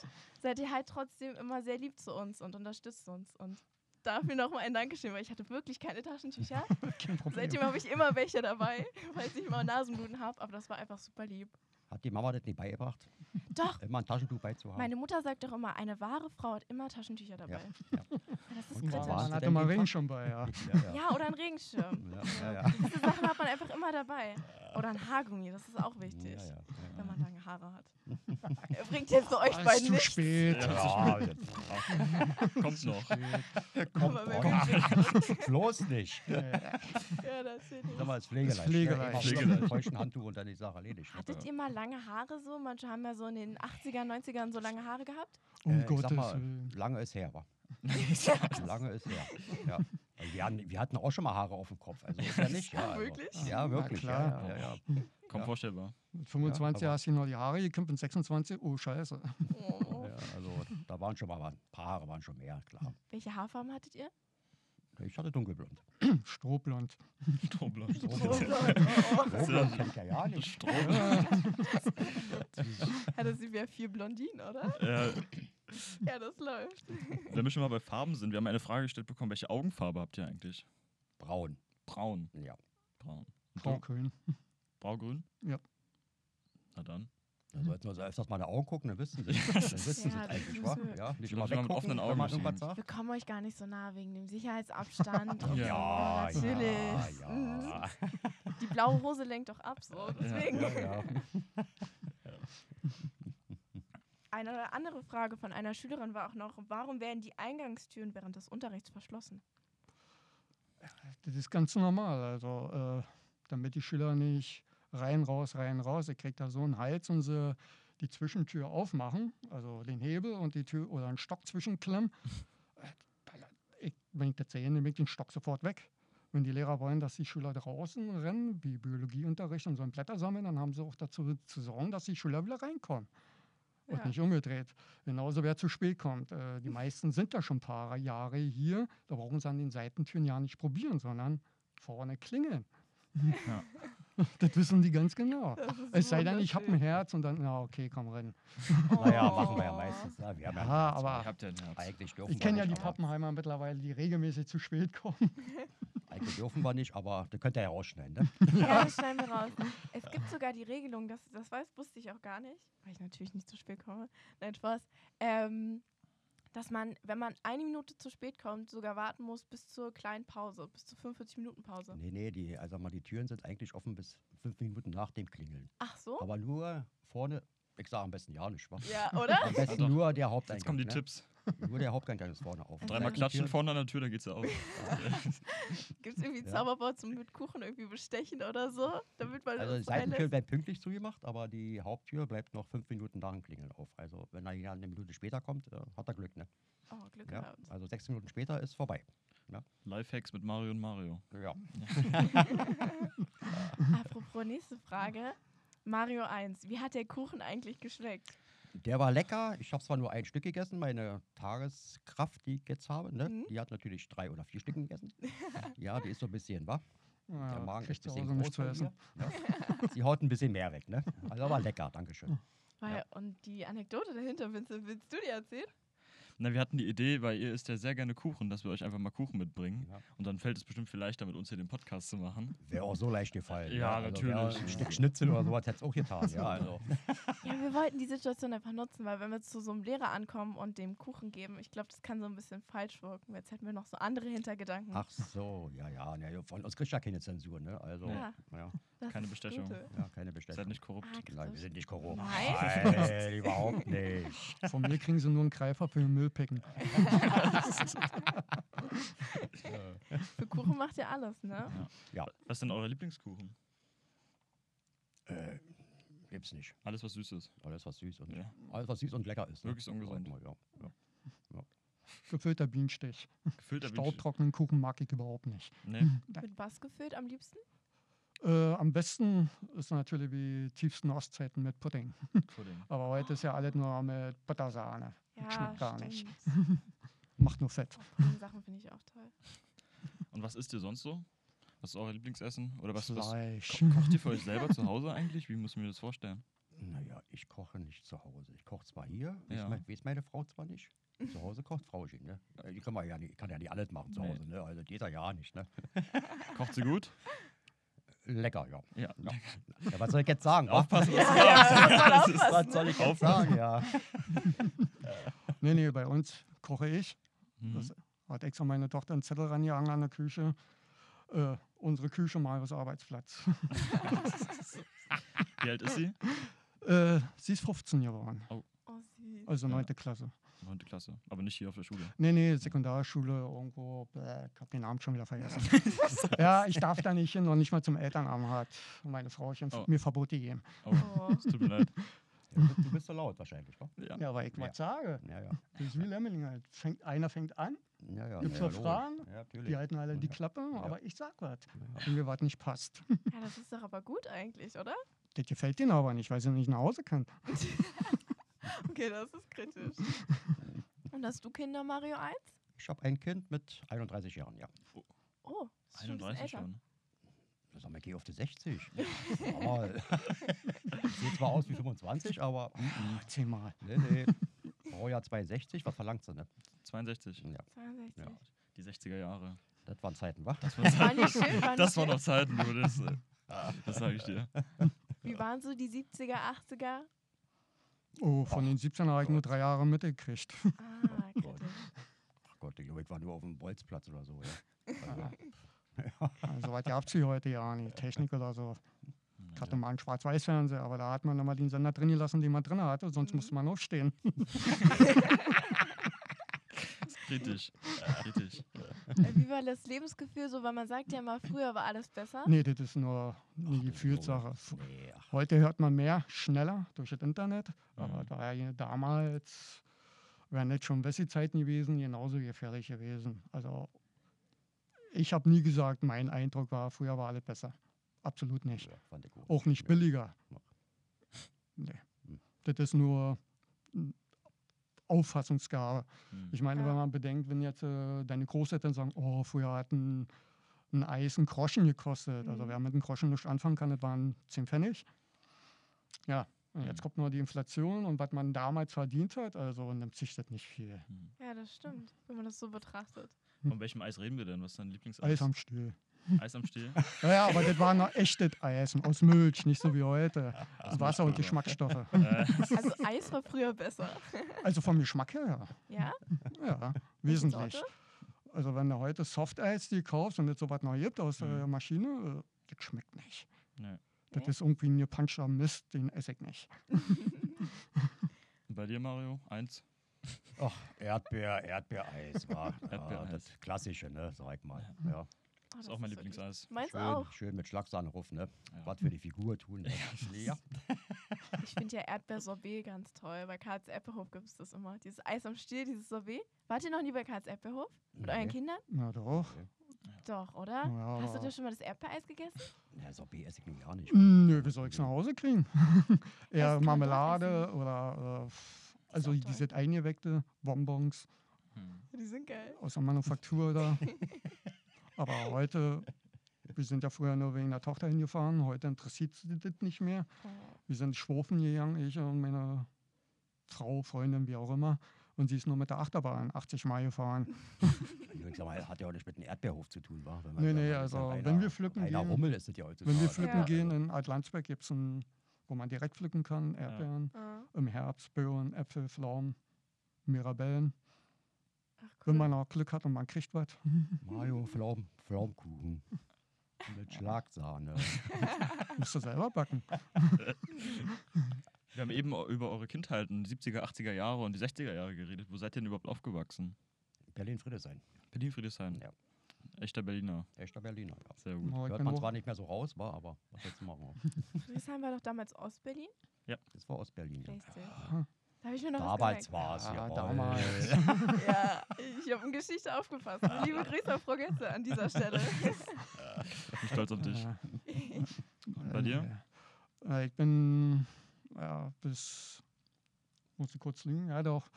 [SPEAKER 2] seid ihr halt trotzdem immer sehr lieb zu uns und unterstützt uns. Und dafür nochmal ein Dankeschön, weil ich hatte wirklich keine Taschentücher.
[SPEAKER 3] Ja. Kein Problem.
[SPEAKER 2] Seitdem habe ich immer welche dabei, falls ich mal Nasenbluten habe. Aber das war einfach super lieb.
[SPEAKER 4] Hat die Mama das nicht beigebracht?
[SPEAKER 2] Doch,
[SPEAKER 4] Immer ein Taschentuch beizuhaben?
[SPEAKER 2] meine Mutter sagt doch immer, eine wahre Frau hat immer Taschentücher dabei.
[SPEAKER 4] ja.
[SPEAKER 2] Das ist
[SPEAKER 4] Und
[SPEAKER 2] kritisch.
[SPEAKER 4] warst
[SPEAKER 3] Man
[SPEAKER 4] du
[SPEAKER 3] hatte
[SPEAKER 4] denn
[SPEAKER 3] mal
[SPEAKER 4] jeden
[SPEAKER 3] Ring
[SPEAKER 4] Tag?
[SPEAKER 3] schon bei, ja.
[SPEAKER 4] ja, ja.
[SPEAKER 2] Ja, oder ein Regenschirm.
[SPEAKER 4] ja, ja, ja.
[SPEAKER 2] Diese Sachen hat man einfach immer dabei. Oder ein Haargummi, das ist auch wichtig,
[SPEAKER 4] Ja, ja, ja.
[SPEAKER 2] wenn man lange Haare hat. Bringt jetzt für euch
[SPEAKER 3] Ah, ist
[SPEAKER 2] beiden
[SPEAKER 3] zu
[SPEAKER 2] nicht.
[SPEAKER 3] spät. Um
[SPEAKER 4] Ja, also, pff,
[SPEAKER 1] Kommt noch.
[SPEAKER 2] Kommt,
[SPEAKER 4] Kommt,
[SPEAKER 2] aber
[SPEAKER 4] Ron.
[SPEAKER 2] wir-
[SPEAKER 4] Bloß nicht.
[SPEAKER 3] Äh,
[SPEAKER 2] ja, das finde ich.
[SPEAKER 4] Sag mal, das Pflegeleicht.
[SPEAKER 3] Das Pflegeleicht.
[SPEAKER 4] Ne?
[SPEAKER 1] Pflegeleicht.
[SPEAKER 4] Pflegeleicht. Feuchten Handtuch und dann die Sache erledigt. ne?
[SPEAKER 2] Hattet ihr mal lange Haare so? Manche haben ja so in den 80ern, 90ern so lange Haare gehabt.
[SPEAKER 3] um
[SPEAKER 4] Äh, ich sag
[SPEAKER 3] Gottes
[SPEAKER 4] mal,
[SPEAKER 3] Willen.
[SPEAKER 4] Lange ist her, wa? Lange ist her. Ja. Also wir, hatten, wir hatten auch schon mal Haare auf dem Kopf. Also ist ja nicht. Ja, also.
[SPEAKER 2] Wirklich?
[SPEAKER 4] Ja,
[SPEAKER 3] Ah, Na
[SPEAKER 4] wirklich.
[SPEAKER 3] klar.
[SPEAKER 4] Ja, ja, ja, ja.
[SPEAKER 1] Kaum
[SPEAKER 4] Ja.
[SPEAKER 1] vorstellbar.
[SPEAKER 3] Mit 25
[SPEAKER 4] aber-
[SPEAKER 3] hast du noch die Haare gekämpft und 26, oh scheiße.
[SPEAKER 2] Oh.
[SPEAKER 4] Ja, also da waren schon mal ein paar Haare, waren schon mehr, klar.
[SPEAKER 2] Welche Haarfarben hattet ihr?
[SPEAKER 4] Ich hatte dunkelblond.
[SPEAKER 3] Strohblond.
[SPEAKER 1] Strohblau.
[SPEAKER 4] Oh,
[SPEAKER 2] Oh
[SPEAKER 4] Dunkelblond kennt ja ja nicht.
[SPEAKER 1] Strohblau.
[SPEAKER 2] Ja, das sind wir vier Blondinen, oder?
[SPEAKER 1] äh,
[SPEAKER 2] Ja, das läuft.
[SPEAKER 1] wenn wir schon mal bei Farben sind, wir haben eine Frage gestellt bekommen, welche Augenfarbe habt ihr eigentlich?
[SPEAKER 4] Braun.
[SPEAKER 1] Braun.
[SPEAKER 4] Ja,
[SPEAKER 1] Braun. Und
[SPEAKER 3] Frau
[SPEAKER 1] du?
[SPEAKER 3] Köln.
[SPEAKER 1] Blaugrün?
[SPEAKER 3] Ja.
[SPEAKER 1] Na dann.
[SPEAKER 4] da sollten wir so öfters mal in die Augen gucken, dann wissen sie Dann wissen sie
[SPEAKER 2] Ja,
[SPEAKER 4] es
[SPEAKER 2] das
[SPEAKER 4] eigentlich,
[SPEAKER 2] müssen
[SPEAKER 4] wa?
[SPEAKER 2] wir-
[SPEAKER 4] Ja, nicht
[SPEAKER 1] Soll
[SPEAKER 4] immer
[SPEAKER 1] ich mal mit
[SPEAKER 4] weggucken,
[SPEAKER 1] offenen
[SPEAKER 4] wenn man
[SPEAKER 1] Augen
[SPEAKER 4] irgendwas
[SPEAKER 1] sehen?
[SPEAKER 2] Wir
[SPEAKER 4] sagt.
[SPEAKER 2] kommen euch gar nicht so nah wegen dem Sicherheitsabstand. und
[SPEAKER 4] Ja,
[SPEAKER 2] so, natürlich. Mhm.
[SPEAKER 4] ja.
[SPEAKER 2] Die blaue Hose lenkt doch ab, so. Deswegen.
[SPEAKER 4] ja, ja.
[SPEAKER 2] Eine andere Frage von einer Schülerin war auch noch, warum werden die Eingangstüren während des Unterrichts verschlossen?
[SPEAKER 3] Das ist ganz normal. Also, äh, damit die Schüler nicht rein, raus, rein, raus. Ihr kriegt da so einen Hals und sie die Zwischentür aufmachen, also den Hebel und die Tür oder einen Stock zwischenklemmen. Äh, Ich, wenn ich das sehe, nehme ich den Stock sofort weg. Wenn die Lehrer wollen, dass die Schüler draußen rennen, wie Biologieunterricht und sollen Blätter sammeln, dann haben sie auch dazu zu sorgen, dass die Schüler wieder reinkommen. Und
[SPEAKER 2] Ja.
[SPEAKER 3] nicht umgedreht. Genauso wer zu spät kommt. Äh, die meisten sind da schon ein paar Jahre hier. Da brauchen sie an den Seitentüren ja nicht probieren, sondern vorne klingeln.
[SPEAKER 1] Ja.
[SPEAKER 3] das wissen die ganz genau.
[SPEAKER 2] Das ist
[SPEAKER 3] Es sei denn, ich habe ein
[SPEAKER 2] wunderschön.
[SPEAKER 3] Herz und dann, na okay, komm rennen.
[SPEAKER 4] Naja, machen wir ja
[SPEAKER 2] Oh.
[SPEAKER 4] meistens. Ne? Wir haben
[SPEAKER 3] Ja,
[SPEAKER 4] ja,
[SPEAKER 1] Ihr
[SPEAKER 3] Ah, aber
[SPEAKER 1] habt ja ein Herz.
[SPEAKER 4] eigentlich dürfen
[SPEAKER 3] ich kenne ja
[SPEAKER 4] wir
[SPEAKER 3] die
[SPEAKER 4] nicht, aber-
[SPEAKER 3] Pappenheimer mittlerweile, die regelmäßig zu spät kommen.
[SPEAKER 4] Eigentlich dürfen wir nicht, aber das könnt ihr ja rausschneiden. Ne?
[SPEAKER 2] Ja, das schneiden wir raus. Es gibt sogar die Regelung, das, das weiß, wusste ich auch gar nicht, weil ich natürlich nicht zu spät komme. Nein, Spaß. Ähm, dass man, wenn man eine Minute zu spät kommt, sogar warten muss bis zur kleinen Pause, bis zur 45-Minuten-Pause.
[SPEAKER 4] Nee, nee, die, also mal, die Türen sind eigentlich offen bis fünf Minuten nach dem Klingeln.
[SPEAKER 2] Ach so?
[SPEAKER 4] Aber nur vorne, ich sage am besten ja nicht, wa?
[SPEAKER 2] Oh. Ja, oder?
[SPEAKER 4] Am
[SPEAKER 1] Ja,
[SPEAKER 4] besten
[SPEAKER 1] doch.
[SPEAKER 4] nur der Haupteingang.
[SPEAKER 1] Jetzt kommen die
[SPEAKER 4] ne?
[SPEAKER 1] Tipps.
[SPEAKER 4] Nur der Haupteingang ist vorne auf.
[SPEAKER 2] Also
[SPEAKER 1] Dreimal
[SPEAKER 2] die
[SPEAKER 1] klatschen
[SPEAKER 4] Türen-
[SPEAKER 1] vorne an der Tür, dann geht's ja Ah, auf.
[SPEAKER 2] Gibt es irgendwie ein
[SPEAKER 4] Ja.
[SPEAKER 2] Zauberwort zum mit Kuchen irgendwie bestechen oder so? Damit man
[SPEAKER 4] Also die
[SPEAKER 2] das reinlässt?
[SPEAKER 4] Seitentür bleibt pünktlich zugemacht, aber die Haupttür bleibt noch fünf Minuten nach dem Klingeln auf. Also wenn er hier eine Minute später kommt, äh, hat er Glück, ne?
[SPEAKER 2] Oh, Glück
[SPEAKER 4] Ja?
[SPEAKER 2] gehabt.
[SPEAKER 4] Also sechs Minuten später ist vorbei.
[SPEAKER 1] Lifehacks mit Mario und Mario.
[SPEAKER 4] Ja.
[SPEAKER 2] Apropos nächste Frage. Mario 1, wie hat der Kuchen eigentlich geschmeckt?
[SPEAKER 4] Der war lecker. Ich habe zwar nur ein Stück gegessen, meine Tageskraft, die ich jetzt habe, ne?
[SPEAKER 2] Mhm.
[SPEAKER 4] die hat natürlich drei oder vier Stücken gegessen. ja, die ist so ein bisschen, wa?
[SPEAKER 3] Ja,
[SPEAKER 4] Der Magen ist
[SPEAKER 3] kriegt
[SPEAKER 4] ein
[SPEAKER 3] sie auch
[SPEAKER 4] bisschen
[SPEAKER 3] so
[SPEAKER 4] groß
[SPEAKER 3] nicht zu
[SPEAKER 4] von
[SPEAKER 3] essen.
[SPEAKER 4] ihr, ne? Sie haut ein bisschen mehr weg, ne? Also aber lecker, Dankeschön.
[SPEAKER 2] Weil,
[SPEAKER 4] Ja.
[SPEAKER 2] Und die Anekdote dahinter, Vincent, willst du dir erzählen?
[SPEAKER 1] Na, wir hatten die Idee, weil ihr isst ja sehr gerne Kuchen, dass wir euch einfach mal Kuchen mitbringen.
[SPEAKER 4] Ja.
[SPEAKER 1] Und dann fällt es bestimmt viel leichter, mit uns hier den Podcast zu machen.
[SPEAKER 4] Wäre auch so leicht gefallen.
[SPEAKER 1] Ja,
[SPEAKER 4] ne? wär
[SPEAKER 1] natürlich.
[SPEAKER 4] Ein Stück Schnitzel oder sowas hätte es auch getan. Ja, also.
[SPEAKER 2] Ja, wir wollten die Situation einfach nutzen, weil wenn wir zu so einem Lehrer ankommen und dem Kuchen geben, ich glaube, das kann so ein bisschen falsch wirken. Jetzt hätten wir noch so andere Hintergedanken.
[SPEAKER 4] Ach so, ja, ja. Ne, von uns kriegst du ja keine Zensur, ne? Also,
[SPEAKER 2] Ja.
[SPEAKER 4] ja, ja,
[SPEAKER 2] Das
[SPEAKER 1] keine
[SPEAKER 2] ist das
[SPEAKER 1] Bestechung.
[SPEAKER 2] Gute.
[SPEAKER 4] keine Bestechung.
[SPEAKER 1] Seid nicht korrupt.
[SPEAKER 2] Ah,
[SPEAKER 4] Nein, wir sind nicht korrupt.
[SPEAKER 2] Nein?
[SPEAKER 4] Nein, überhaupt nicht.
[SPEAKER 3] Von mir kriegen sie nur einen Greifer für den Müllpicken.
[SPEAKER 2] Für Kuchen macht ihr alles, ne?
[SPEAKER 1] Was ist denn euer Lieblingskuchen?
[SPEAKER 4] Äh, gibt's nicht.
[SPEAKER 1] Alles, was süß ist.
[SPEAKER 4] Alles, was süß und,
[SPEAKER 1] Ja.
[SPEAKER 4] alles, was süß und lecker ist.
[SPEAKER 1] Möglichst ungesund.
[SPEAKER 4] Warte mal, ja.
[SPEAKER 3] Gefüllter Bienenstich.
[SPEAKER 1] Gefüllter Wünsch-
[SPEAKER 3] Staubtrockenen Kuchen mag ich überhaupt nicht.
[SPEAKER 1] Nee.
[SPEAKER 2] Mit was gefüllt am liebsten?
[SPEAKER 3] Äh, am besten ist natürlich wie tiefsten Ostzeiten mit Pudding.
[SPEAKER 1] Pudding.
[SPEAKER 3] Aber heute ist ja alles nur mit Buttersahne.
[SPEAKER 2] Ja,
[SPEAKER 3] Schmeckt gar nicht.
[SPEAKER 2] stimmt.
[SPEAKER 3] Macht nur Fett.
[SPEAKER 2] Auch Pudding-Sachen finde ich auch toll.
[SPEAKER 1] Und was isst ihr sonst so? Was ist euer Lieblingsessen? Oder was, was
[SPEAKER 3] Fleisch.
[SPEAKER 1] ko kocht ihr für euch selber zu Hause eigentlich? Wie muss ich mir das vorstellen?
[SPEAKER 4] Naja, ich koche nicht zu Hause. Ich koche zwar hier,
[SPEAKER 1] Ja.
[SPEAKER 4] ich mein, weiß meine Frau zwar nicht. Zu Hause kocht Frauchen, ne? Äh, Die kann, man ja, nicht- kann ja nicht alles machen zu
[SPEAKER 1] Nee.
[SPEAKER 4] Hause, ne? Also geht ja nicht, ne?
[SPEAKER 1] Kocht sie gut?
[SPEAKER 4] Lecker, ja.
[SPEAKER 1] Ja.
[SPEAKER 4] ja was soll ich jetzt sagen? wa?
[SPEAKER 1] Aufpassen, was
[SPEAKER 2] Ja,
[SPEAKER 4] Was soll ich jetzt sagen, ja?
[SPEAKER 3] Nee, nee, bei uns koche ich.
[SPEAKER 1] Mhm.
[SPEAKER 3] Das hat extra meine Tochter einen Zettel rangehangen an der Küche. Äh, unsere Küche, Marius Arbeitsplatz.
[SPEAKER 1] Hm. Wie alt ist sie?
[SPEAKER 3] äh, sie ist 15 geworden,
[SPEAKER 2] Oh, süß.
[SPEAKER 3] also
[SPEAKER 1] Ja.
[SPEAKER 3] 9. Klasse.
[SPEAKER 1] neunte Klasse. Aber nicht hier auf der Schule.
[SPEAKER 3] Nee, nee, Sekundarschule irgendwo. Bäh, ich hab den Namen schon wieder vergessen. ja, ich darf da nicht hin, noch nicht mal zum Elternabend hat meine Frau schon
[SPEAKER 1] Oh.
[SPEAKER 3] mir Verbote gegeben.
[SPEAKER 1] Oh,
[SPEAKER 2] Oh.
[SPEAKER 1] es tut mir leid.
[SPEAKER 4] Ja, du bist- du bist so laut wahrscheinlich, wa?
[SPEAKER 1] Ja.
[SPEAKER 3] Ja, weil ich
[SPEAKER 4] Ja.
[SPEAKER 3] was sage.
[SPEAKER 4] Ja, ja.
[SPEAKER 3] Das ist wie Lemming halt. Fängt, einer fängt an,
[SPEAKER 4] ja, ja
[SPEAKER 3] Gibt's
[SPEAKER 4] ja,
[SPEAKER 3] noch
[SPEAKER 4] logisch.
[SPEAKER 3] Fragen?
[SPEAKER 4] Ja, natürlich.
[SPEAKER 3] die halten alle die
[SPEAKER 4] Ja.
[SPEAKER 3] Klappe,
[SPEAKER 4] Ja.
[SPEAKER 3] aber ich sag was. Und mir was nicht passt.
[SPEAKER 2] Ja, das ist doch aber gut eigentlich, oder?
[SPEAKER 3] Das gefällt denen aber nicht, weil sie nicht nach Hause kann.
[SPEAKER 2] Okay, das ist kritisch. Und hast du Kinder, Mario 1?
[SPEAKER 4] Ich habe ein Kind mit 31 Jahren, ja.
[SPEAKER 2] Oh, das ist schon ein bisschen
[SPEAKER 1] 31
[SPEAKER 2] älter.
[SPEAKER 1] schon.
[SPEAKER 4] Das haben wir geh auf die 60. Normal. Sieht zwar aus wie 25, aber mm, mm.
[SPEAKER 3] Zehnmal.
[SPEAKER 4] nee, nee. Baujahr 62, was verlangt sie, ne?
[SPEAKER 1] 62.
[SPEAKER 4] Ja,
[SPEAKER 2] 62.
[SPEAKER 4] Ja.
[SPEAKER 1] Die 60er Jahre.
[SPEAKER 4] das waren Zeiten, wa?
[SPEAKER 1] Das,
[SPEAKER 2] Das war nicht schön, war
[SPEAKER 1] das
[SPEAKER 2] nicht
[SPEAKER 1] waren
[SPEAKER 2] schön.
[SPEAKER 1] noch Zeiten, du. Das, äh, das sage ich dir.
[SPEAKER 2] Wie waren so die 70er, 80er?
[SPEAKER 3] Oh, von den 17 habe ich nur drei Jahre mitgekriegt.
[SPEAKER 2] Ah, kritisch.
[SPEAKER 4] Ach Gott, ich glaube, ich war nur auf dem Bolzplatz oder so, ja. Also,
[SPEAKER 3] Also was gab es hier heute ja nicht. Technik oder so. Ich hatte mal einen Schwarz-Weiß-Fernseher, aber da hat man dann mal den Sender drin gelassen, den man drin hatte, sonst musste man aufstehen.
[SPEAKER 1] Kritisch. Kritisch.
[SPEAKER 2] Äh, Wie war das Lebensgefühl so? Weil man sagt ja immer, früher war alles besser.
[SPEAKER 3] Nee, das ist nur eine
[SPEAKER 4] Ach, du
[SPEAKER 3] Gefühlssache.
[SPEAKER 4] Junge. nee, ach,
[SPEAKER 3] Heute hört man mehr, schneller durch das Internet. Aber
[SPEAKER 1] Mhm.
[SPEAKER 3] da war ja damals wären nicht schon Wessi-Zeiten gewesen, genauso gefährlich gewesen. Also ich habe nie gesagt, mein Eindruck war, früher war alles besser. Absolut nicht.
[SPEAKER 4] ja, fand ich gut.
[SPEAKER 3] Auch nicht
[SPEAKER 4] Ja.
[SPEAKER 3] billiger.
[SPEAKER 4] Ja.
[SPEAKER 3] Nee.
[SPEAKER 4] Hm.
[SPEAKER 3] Das ist nur mm, Auffassungsgabe.
[SPEAKER 1] Mhm.
[SPEAKER 3] Ich meine,
[SPEAKER 2] Ja.
[SPEAKER 3] wenn man bedenkt, wenn jetzt äh, deine Großeltern sagen, oh, früher hat ein, ein Eis einen Groschen gekostet. Also
[SPEAKER 2] Mhm.
[SPEAKER 3] wer mit einem Groschen nicht anfangen kann, das waren 10 Pfennig. Ja, und jetzt
[SPEAKER 1] Mhm.
[SPEAKER 3] kommt nur die Inflation und was man damals verdient hat, also nimmt sich das nicht viel.
[SPEAKER 2] Ja, das stimmt, wenn man das so betrachtet.
[SPEAKER 1] Von welchem Eis reden wir denn? Was ist dein Lieblingseis?
[SPEAKER 3] Eis am Stiel.
[SPEAKER 1] Eis am Stiel?
[SPEAKER 3] Ja, aber das war noch echtes Eis aus Milch, nicht so wie heute. Wasser und
[SPEAKER 1] Milch, ja.
[SPEAKER 3] Geschmacksstoffe.
[SPEAKER 1] äh,
[SPEAKER 2] Also Eis war früher besser.
[SPEAKER 3] Also vom Geschmack her,
[SPEAKER 2] Ja?
[SPEAKER 3] ja. ja
[SPEAKER 2] Welche Sorte?
[SPEAKER 3] wesentlich. Also wenn du heute Softeis die kaufst und jetzt so was noch gibt aus
[SPEAKER 1] Mhm.
[SPEAKER 3] der Maschine, äh, das schmeckt nicht.
[SPEAKER 1] nee.
[SPEAKER 3] Das
[SPEAKER 2] Nee.
[SPEAKER 3] ist irgendwie ein gepanschter Mist, den esse ich nicht.
[SPEAKER 1] Und Bei dir, Mario? Eins?
[SPEAKER 2] Ah,
[SPEAKER 4] Ach, Erdbeer, Erdbeereis war ja,
[SPEAKER 1] Erdbeereis.
[SPEAKER 4] das Klassische, ne, sag ich mal. Ja,
[SPEAKER 2] Oh,
[SPEAKER 1] Das
[SPEAKER 2] das
[SPEAKER 1] ist auch mein
[SPEAKER 2] so lieb.
[SPEAKER 1] Lieblingseis.
[SPEAKER 2] Meins
[SPEAKER 4] schön,
[SPEAKER 2] auch.
[SPEAKER 4] schön mit Schlagsahnenruf, ne?
[SPEAKER 1] Ja.
[SPEAKER 4] Was für die Figur tun. Ne? ja.
[SPEAKER 2] Ich finde ja Erdbeersorbet ganz toll. Bei Karls Eppehof gibt es das immer. Dieses Eis am Stiel, dieses Sorbet. Wart ihr noch nie bei Karls Eppehof? Mit euren
[SPEAKER 4] Nee.
[SPEAKER 2] Kindern?
[SPEAKER 3] Na doch.
[SPEAKER 2] Doch, oder?
[SPEAKER 3] Ja,
[SPEAKER 2] Hast du
[SPEAKER 3] aber-
[SPEAKER 2] dir schon mal das Erdbeereis gegessen?
[SPEAKER 4] Na, Sorbet esse ich nun gar nicht.
[SPEAKER 3] Nö, wie soll ich es nach Hause kriegen?
[SPEAKER 2] kann
[SPEAKER 3] Eher
[SPEAKER 2] man
[SPEAKER 3] Marmelade
[SPEAKER 2] doch
[SPEAKER 3] oder äh, also
[SPEAKER 2] auch toll.
[SPEAKER 3] diese eingeweckte Bonbons
[SPEAKER 1] Mhm.
[SPEAKER 2] Die sind geil.
[SPEAKER 3] aus der Manufaktur da. Aber heute, wir sind ja früher nur wegen der Tochter hingefahren, heute interessiert sie das nicht mehr.
[SPEAKER 2] Oh.
[SPEAKER 3] Wir sind schwurfen gegangen, ich und meine Frau, Freundin, wie auch immer. Und sie ist nur mit der Achterbahn 80 Mal gefahren.
[SPEAKER 4] Übrigens, aber hat ja auch nicht mit dem Erdbeerhof zu tun, war.
[SPEAKER 3] Nee, nee, also, wenn wir pflücken
[SPEAKER 4] Einer
[SPEAKER 3] gehen-
[SPEAKER 4] Rummel ist das ja heutzutage.
[SPEAKER 3] Wenn wir
[SPEAKER 4] ne?
[SPEAKER 3] pflücken
[SPEAKER 2] Ja.
[SPEAKER 3] gehen, in Altlandsberg gibt es einen, wo man direkt pflücken kann, Erdbeeren.
[SPEAKER 2] Ah.
[SPEAKER 3] im Herbst Birnen, Äpfel, Pflaumen, Mirabellen.
[SPEAKER 2] Ach, cool.
[SPEAKER 4] Hm.
[SPEAKER 3] Wenn man auch Glück hat und man kriegt was.
[SPEAKER 4] Mario, Pflaumen, Pflaumkuchen. Mit Schlagsahne.
[SPEAKER 3] Musst du selber backen.
[SPEAKER 1] Wir haben eben au- über eure Kindheit und die 70er, 80er Jahre und die 60er Jahre geredet. Wo seid ihr denn überhaupt aufgewachsen?
[SPEAKER 4] Berlin-Friedrichshain.
[SPEAKER 1] Berlin-Friedrichshain.
[SPEAKER 4] Ja.
[SPEAKER 1] Echter Berliner.
[SPEAKER 4] Echter Berliner. Ja.
[SPEAKER 1] Sehr gut.
[SPEAKER 3] Aber ich
[SPEAKER 4] Hört
[SPEAKER 3] bin
[SPEAKER 4] man
[SPEAKER 3] auch-
[SPEAKER 4] zwar nicht mehr so raus, war, aber was jetzt machen.
[SPEAKER 2] Friesheim war doch damals Ostberlin.
[SPEAKER 4] Das war Ostberlin. Ja.
[SPEAKER 2] Richtig. Da habe ich mir noch
[SPEAKER 4] Damals
[SPEAKER 2] was
[SPEAKER 4] war es,
[SPEAKER 3] Ah,
[SPEAKER 4] ja.
[SPEAKER 3] damals.
[SPEAKER 2] gemerkt. Ja, ich habe in Geschichte aufgepasst. Liebe Grüße auf Frau Götze an dieser Stelle.
[SPEAKER 1] Ich bin stolz auf dich.
[SPEAKER 3] Äh,
[SPEAKER 1] bei dir?
[SPEAKER 3] Äh, ich bin ja, bis, muss ich kurz liegen, ja doch,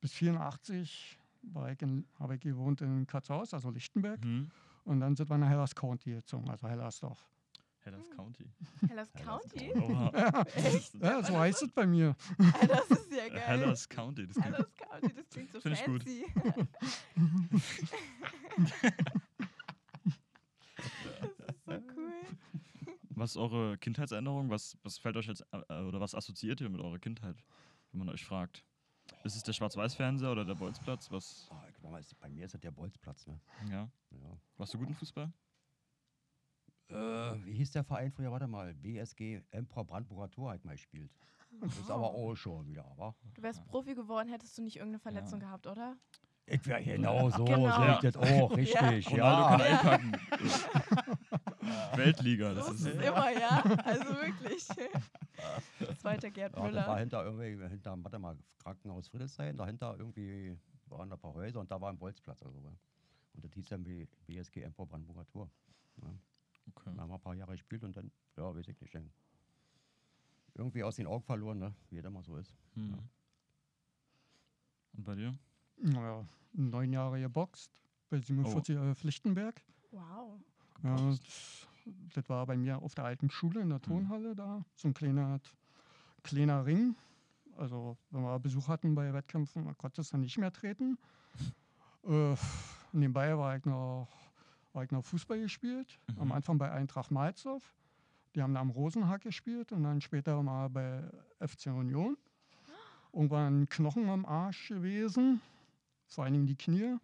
[SPEAKER 3] bis 84 war ich in, habe ich gewohnt in Katzhaus, also Lichtenberg.
[SPEAKER 1] Mhm.
[SPEAKER 3] Und dann sind wir nach Hellas County gezogen, also Hellersdorf.
[SPEAKER 1] Hellas County.
[SPEAKER 2] Hellas County?
[SPEAKER 1] Oha. Das ist-
[SPEAKER 3] Ja, so heißt es bei mir.
[SPEAKER 2] Ah, Das ist ja geil.
[SPEAKER 1] Hellas County. Das klingt-
[SPEAKER 2] Hellas County, Also das klingt so
[SPEAKER 1] Find ich gut.
[SPEAKER 2] fancy. das ist so cool.
[SPEAKER 1] was ist eure Kindheitserinnerung? Was, was fällt euch jetzt äh, oder was assoziiert ihr mit eurer Kindheit, wenn man euch fragt? Ist es der Schwarz-Weiß-Fernseher oder der Bolzplatz? Was?
[SPEAKER 4] Ah, ich mal, bei mir ist das der Bolzplatz, ne?
[SPEAKER 1] Ja.
[SPEAKER 4] Ja.
[SPEAKER 1] Warst du gut im Fußball?
[SPEAKER 4] Äh, wie hieß der Verein früher? Warte mal, BSG Emperor Brandenburger Tor hat mal gespielt. Das ist aber auch schon wieder, wa?
[SPEAKER 2] Du wärst Profi geworden, hättest du nicht irgendeine Verletzung gehabt, oder?
[SPEAKER 4] Ich wäre genau so,
[SPEAKER 2] Genau.
[SPEAKER 4] sehe ich das auch, richtig, ja.
[SPEAKER 1] Ronaldo kann einpacken. Weltliga, das
[SPEAKER 2] so ist
[SPEAKER 1] ist
[SPEAKER 2] es immer, ja. Also wirklich. Zweiter Gerd
[SPEAKER 4] Ja, das war
[SPEAKER 2] Müller.
[SPEAKER 4] hinter irgendwie, hinter, warte mal, Krankenhaus Friedrichshain, dahinter irgendwie waren da ein paar Häuser und da war ein Bolzplatz oder so. wa? Und das hieß dann B- BSG Empor Brandenburger Tor.
[SPEAKER 1] Okay.
[SPEAKER 3] Hm.
[SPEAKER 4] Da haben wir ein paar Jahre gespielt und dann, ja, weiß ich nicht. Dann irgendwie aus den Augen verloren, ne? wie das immer so ist.
[SPEAKER 1] Hm. Und bei dir?
[SPEAKER 3] Naja, neun Jahre geboxt bei
[SPEAKER 1] Oh.
[SPEAKER 3] 47 äh, Pflichtenberg.
[SPEAKER 2] Wow.
[SPEAKER 3] Ja, das, das war bei mir auf der alten Schule in der Turnhalle da, so ein kleiner, kleiner Ring. Also, wenn wir Besuch hatten bei Wettkämpfen, man konnte es dann nicht mehr treten. Äh, nebenbei war ich noch, war ich noch Fußball gespielt. Am
[SPEAKER 1] Mhm.
[SPEAKER 3] Anfang bei Eintracht Malzow. Die haben da am Rosenhack gespielt und dann später mal bei FC Union. Irgendwann Knochen am Arsch gewesen, vor allen Dingen die Knie.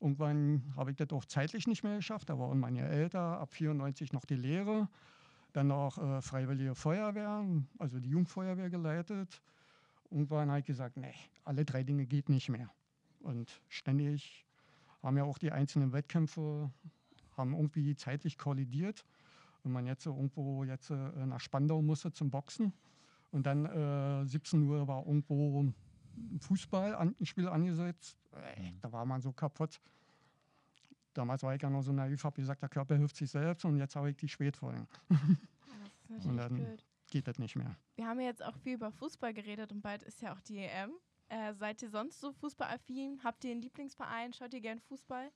[SPEAKER 3] Irgendwann habe ich das auch zeitlich nicht mehr geschafft. Da waren meine Eltern, ab 94 noch die Lehre, dann noch äh, Freiwillige Feuerwehr, also die Jugendfeuerwehr geleitet. Irgendwann habe ich halt gesagt, nee, alle drei Dinge geht nicht mehr. Und ständig haben ja auch die einzelnen Wettkämpfe haben irgendwie zeitlich kollidiert. Wenn man jetzt so irgendwo jetzt äh, nach Spandau musste zum Boxen und dann äh, 17 Uhr war irgendwo ein Fußball an, ein Spiel angesetzt, äh, da war man so kaputt. Damals war ich ja noch so naiv, habe gesagt, der Körper hilft sich selbst und jetzt habe ich die Spätfolgen.
[SPEAKER 2] Das ist
[SPEAKER 3] Und
[SPEAKER 2] natürlich
[SPEAKER 3] dann-
[SPEAKER 2] blöd.
[SPEAKER 3] Geht das nicht mehr.
[SPEAKER 2] Wir haben ja jetzt auch viel über Fußball geredet und bald ist ja auch die EM. Äh, seid ihr sonst so fußballaffin? Habt ihr einen Lieblingsverein? Schaut ihr gern Fußball?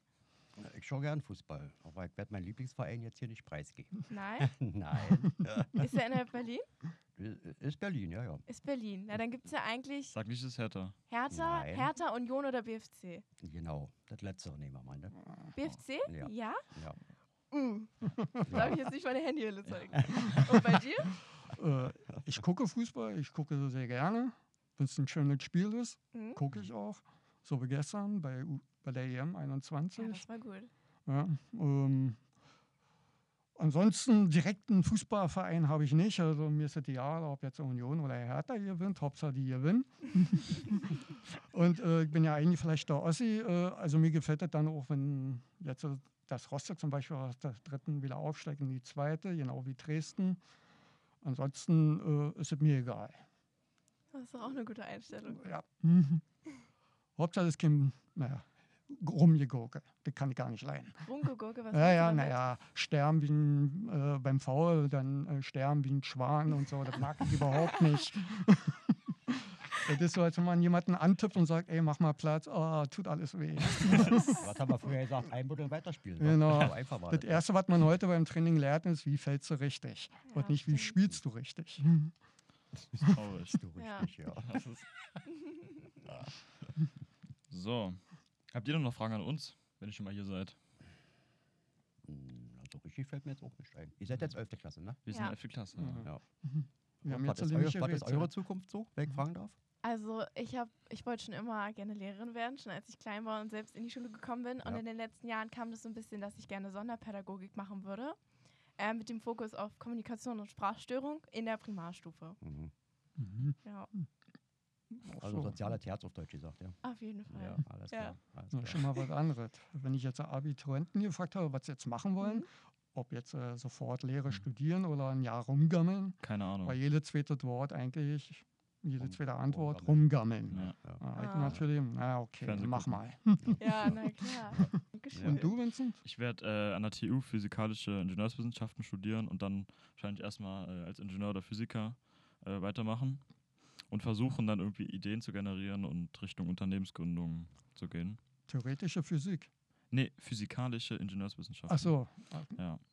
[SPEAKER 4] Na, Ich schaue gern Fußball, aber ich werde meinen Lieblingsverein jetzt hier nicht preisgeben.
[SPEAKER 2] Nein?
[SPEAKER 4] Nein. äh,
[SPEAKER 2] Ist er innerhalb Berlin?
[SPEAKER 4] ist Berlin, ja, ja.
[SPEAKER 2] Ist Berlin. Na, dann gibt es ja eigentlich
[SPEAKER 1] Sag nicht, es ist härter.
[SPEAKER 2] Hertha,
[SPEAKER 4] Nein.
[SPEAKER 2] Hertha, Union oder BFC.
[SPEAKER 4] Genau, das letzte nehmen wir mal, ne?
[SPEAKER 2] BFC?
[SPEAKER 4] Ja.
[SPEAKER 2] Ja?
[SPEAKER 4] Ja.
[SPEAKER 2] Uh, darf
[SPEAKER 4] ja.
[SPEAKER 2] ich jetzt nicht meine Handyhülle zeigen. Und bei dir?
[SPEAKER 3] Äh, ich gucke Fußball, ich gucke sehr gerne. Wenn es ein schönes Spiel ist,
[SPEAKER 2] Mhm.
[SPEAKER 3] gucke ich auch. So wie gestern bei, U bei der E EM
[SPEAKER 2] Ja,
[SPEAKER 3] 21.
[SPEAKER 2] das war gut.
[SPEAKER 3] Ja, ähm, ansonsten direkten Fußballverein habe ich nicht. Also mir ist es egal, ob jetzt Union oder Hertha gewinnt. Hauptsache die gewinnen. Und äh, ich bin ja eigentlich vielleicht der Ossi. Äh, also mir gefällt das dann auch, wenn jetzt so das Rostock zum Beispiel aus der dritten wieder aufsteigt in die zweite, genau wie Dresden. Ansonsten äh, ist es mir egal.
[SPEAKER 2] Das ist doch auch eine gute Einstellung.
[SPEAKER 3] Ja. Hauptsache es ist kein, naja, Rumgegurke. Das kann ich gar nicht leiden.
[SPEAKER 2] Rumgegurke, was
[SPEAKER 3] Ja, ja,
[SPEAKER 2] meinst du damit?
[SPEAKER 3] naja, sterben wie ein, äh, beim Faul, dann äh, sterben wie ein Schwan und so, das mag ich überhaupt nicht. das ist so, als wenn man jemanden antippt und sagt, ey, mach mal Platz, oh, tut alles weh.
[SPEAKER 4] Was haben wir früher gesagt? Einbuddeln, weiterspielen. wa?
[SPEAKER 3] Genau.
[SPEAKER 4] So einfach war
[SPEAKER 3] Das
[SPEAKER 4] das.
[SPEAKER 3] Erste, was man heute beim Training lernt, ist, wie fällst du richtig
[SPEAKER 2] Ja,
[SPEAKER 3] und nicht,
[SPEAKER 2] stimmt. Mhm.
[SPEAKER 3] wie spielst du richtig.
[SPEAKER 1] Das ist traurig.
[SPEAKER 4] Du
[SPEAKER 2] Ja.
[SPEAKER 4] richtig, ja.
[SPEAKER 1] Das ist- so. Habt ihr denn noch Fragen an uns, wenn ihr schon mal hier seid?
[SPEAKER 4] Hm, Also richtig fällt mir jetzt auch nicht ein. Ihr seid jetzt 11. Klasse, ne?
[SPEAKER 1] Wir sind
[SPEAKER 2] Ja.
[SPEAKER 1] 11. Klasse.
[SPEAKER 3] Mhm.
[SPEAKER 4] Ja.
[SPEAKER 3] Wir haben
[SPEAKER 4] Und was
[SPEAKER 3] jetzt
[SPEAKER 4] ist,
[SPEAKER 3] nämlich
[SPEAKER 4] euer, was ist
[SPEAKER 3] geredet,
[SPEAKER 4] eure Zukunft so, wenn ich fragen darf?
[SPEAKER 2] Also ich habe, ich wollte schon immer gerne Lehrerin werden, schon als ich klein war und selbst in die Schule gekommen bin. Und
[SPEAKER 4] Ja.
[SPEAKER 2] in den letzten Jahren kam das so ein bisschen, dass ich gerne Sonderpädagogik machen würde. Äh, mit dem Fokus auf Kommunikation und Sprachstörung in der Primarstufe.
[SPEAKER 4] Mhm.
[SPEAKER 3] Mhm.
[SPEAKER 2] Ja,
[SPEAKER 3] Auch
[SPEAKER 4] Also
[SPEAKER 3] so.
[SPEAKER 4] soziales Herz auf Deutsch gesagt, ja.
[SPEAKER 2] auf jeden Fall.
[SPEAKER 4] Ja, alles
[SPEAKER 2] Ja.
[SPEAKER 4] klar. Alles
[SPEAKER 3] Ja,
[SPEAKER 4] klar.
[SPEAKER 3] schon mal was anderes. Wenn ich jetzt Abiturienten gefragt habe, was sie jetzt machen
[SPEAKER 2] Mhm.
[SPEAKER 3] wollen, ob jetzt äh, sofort
[SPEAKER 4] Mhm.
[SPEAKER 3] Lehre studieren oder ein Jahr rumgammeln,
[SPEAKER 1] Keine Ahnung.
[SPEAKER 3] Weil jedes zweite Wort eigentlich, jede
[SPEAKER 4] Rum-
[SPEAKER 3] zweite Antwort rumgammeln.
[SPEAKER 1] Ja.
[SPEAKER 4] Ja.
[SPEAKER 3] Ah, ich
[SPEAKER 2] Ah.
[SPEAKER 3] natürlich, na okay,
[SPEAKER 1] Fernseh
[SPEAKER 3] mach
[SPEAKER 1] gucken.
[SPEAKER 3] mal.
[SPEAKER 2] Ja, na klar. Dankeschön.
[SPEAKER 3] Und du, Vincent?
[SPEAKER 1] Ich werde äh, an der TU physikalische Ingenieurswissenschaften studieren und dann wahrscheinlich erstmal äh, als Ingenieur oder Physiker äh, weitermachen und versuchen dann irgendwie Ideen zu generieren und Richtung Unternehmensgründung zu gehen.
[SPEAKER 3] Theoretische Physik.
[SPEAKER 1] Nee, physikalische Ingenieurswissenschaften.
[SPEAKER 3] Ach so.
[SPEAKER 1] Ja.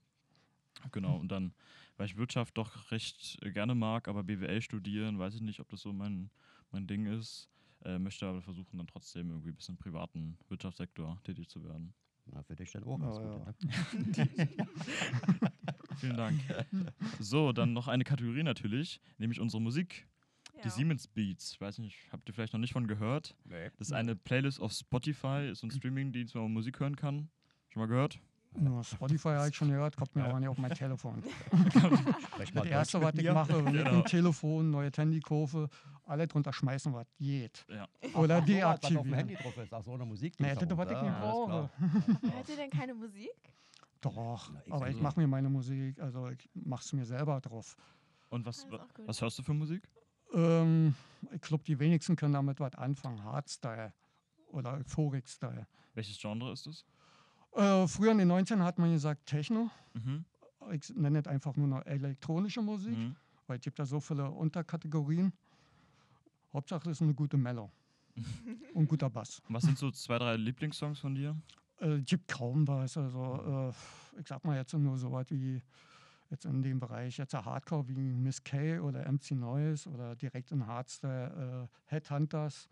[SPEAKER 1] Genau, und dann, weil ich Wirtschaft doch recht äh, gerne mag, aber BWL studieren, weiß ich nicht, ob das so mein, mein Ding ist. Äh, möchte aber versuchen, dann trotzdem irgendwie ein bisschen im privaten Wirtschaftssektor tätig zu werden.
[SPEAKER 4] Na, für dich dann auch.
[SPEAKER 3] Ja,
[SPEAKER 4] alles
[SPEAKER 3] ja.
[SPEAKER 4] Gute, ne?
[SPEAKER 1] Vielen Dank. so, dann noch eine Kategorie natürlich, nämlich unsere Musik, die
[SPEAKER 2] Genau.
[SPEAKER 1] Siemens Beats. Ich weiß nicht, habt ihr vielleicht noch nicht von gehört? Das ist eine Playlist auf Spotify, ist so ein Streamingdienst, wo man Musik hören kann. Schon mal gehört?
[SPEAKER 3] Nur Spotify habe ich schon gehört, kommt mir
[SPEAKER 1] Ja.
[SPEAKER 3] aber nicht auf mein Telefon.
[SPEAKER 4] Sprech mal
[SPEAKER 3] Das Erste,
[SPEAKER 4] Deutsch
[SPEAKER 3] was
[SPEAKER 4] mit
[SPEAKER 3] ich
[SPEAKER 4] mir.
[SPEAKER 3] mache, mit
[SPEAKER 1] Genau.
[SPEAKER 3] dem Telefon, neue Handykurve, alle drunter schmeißen, was geht.
[SPEAKER 1] Ja.
[SPEAKER 3] Oder
[SPEAKER 4] Ach so, was auf dem
[SPEAKER 3] deaktivieren.
[SPEAKER 4] Handy drauf ist. Ach so, eine Musik. die
[SPEAKER 3] Nee,
[SPEAKER 4] ist
[SPEAKER 3] das
[SPEAKER 4] da
[SPEAKER 3] wollte ich
[SPEAKER 4] runter.
[SPEAKER 3] nicht
[SPEAKER 4] Ja, alles
[SPEAKER 3] brauchen.
[SPEAKER 4] klar. Ja,
[SPEAKER 2] Hört ihr denn keine Musik?
[SPEAKER 3] Doch,
[SPEAKER 4] Na, ich
[SPEAKER 3] aber ich
[SPEAKER 4] sowieso.
[SPEAKER 3] mache mir meine Musik, also ich mache es mir selber drauf.
[SPEAKER 1] Und was,
[SPEAKER 2] Ah,
[SPEAKER 1] wa-
[SPEAKER 2] ist auch gut.
[SPEAKER 1] was hörst du für Musik?
[SPEAKER 3] Ähm, ich glaube, die wenigsten können damit was anfangen. Hardstyle oder Euphoric-Style.
[SPEAKER 1] Welches Genre ist es?
[SPEAKER 3] Äh, früher in den 19 hat man gesagt Techno.
[SPEAKER 1] Mhm.
[SPEAKER 3] Ich nenne es einfach nur noch elektronische Musik,
[SPEAKER 1] Mhm.
[SPEAKER 3] weil es gibt da so viele Unterkategorien. Hauptsache es ist eine gute Mellow und ein guter Bass.
[SPEAKER 1] Und Was sind so zwei, drei Lieblingssongs von dir?
[SPEAKER 3] Äh, gibt kaum was. Also, äh, ich sag mal jetzt nur so was wie jetzt in dem Bereich, jetzt der Hardcore wie Miss K oder MC Noise oder direkt in Hardstyle äh, Headhunters.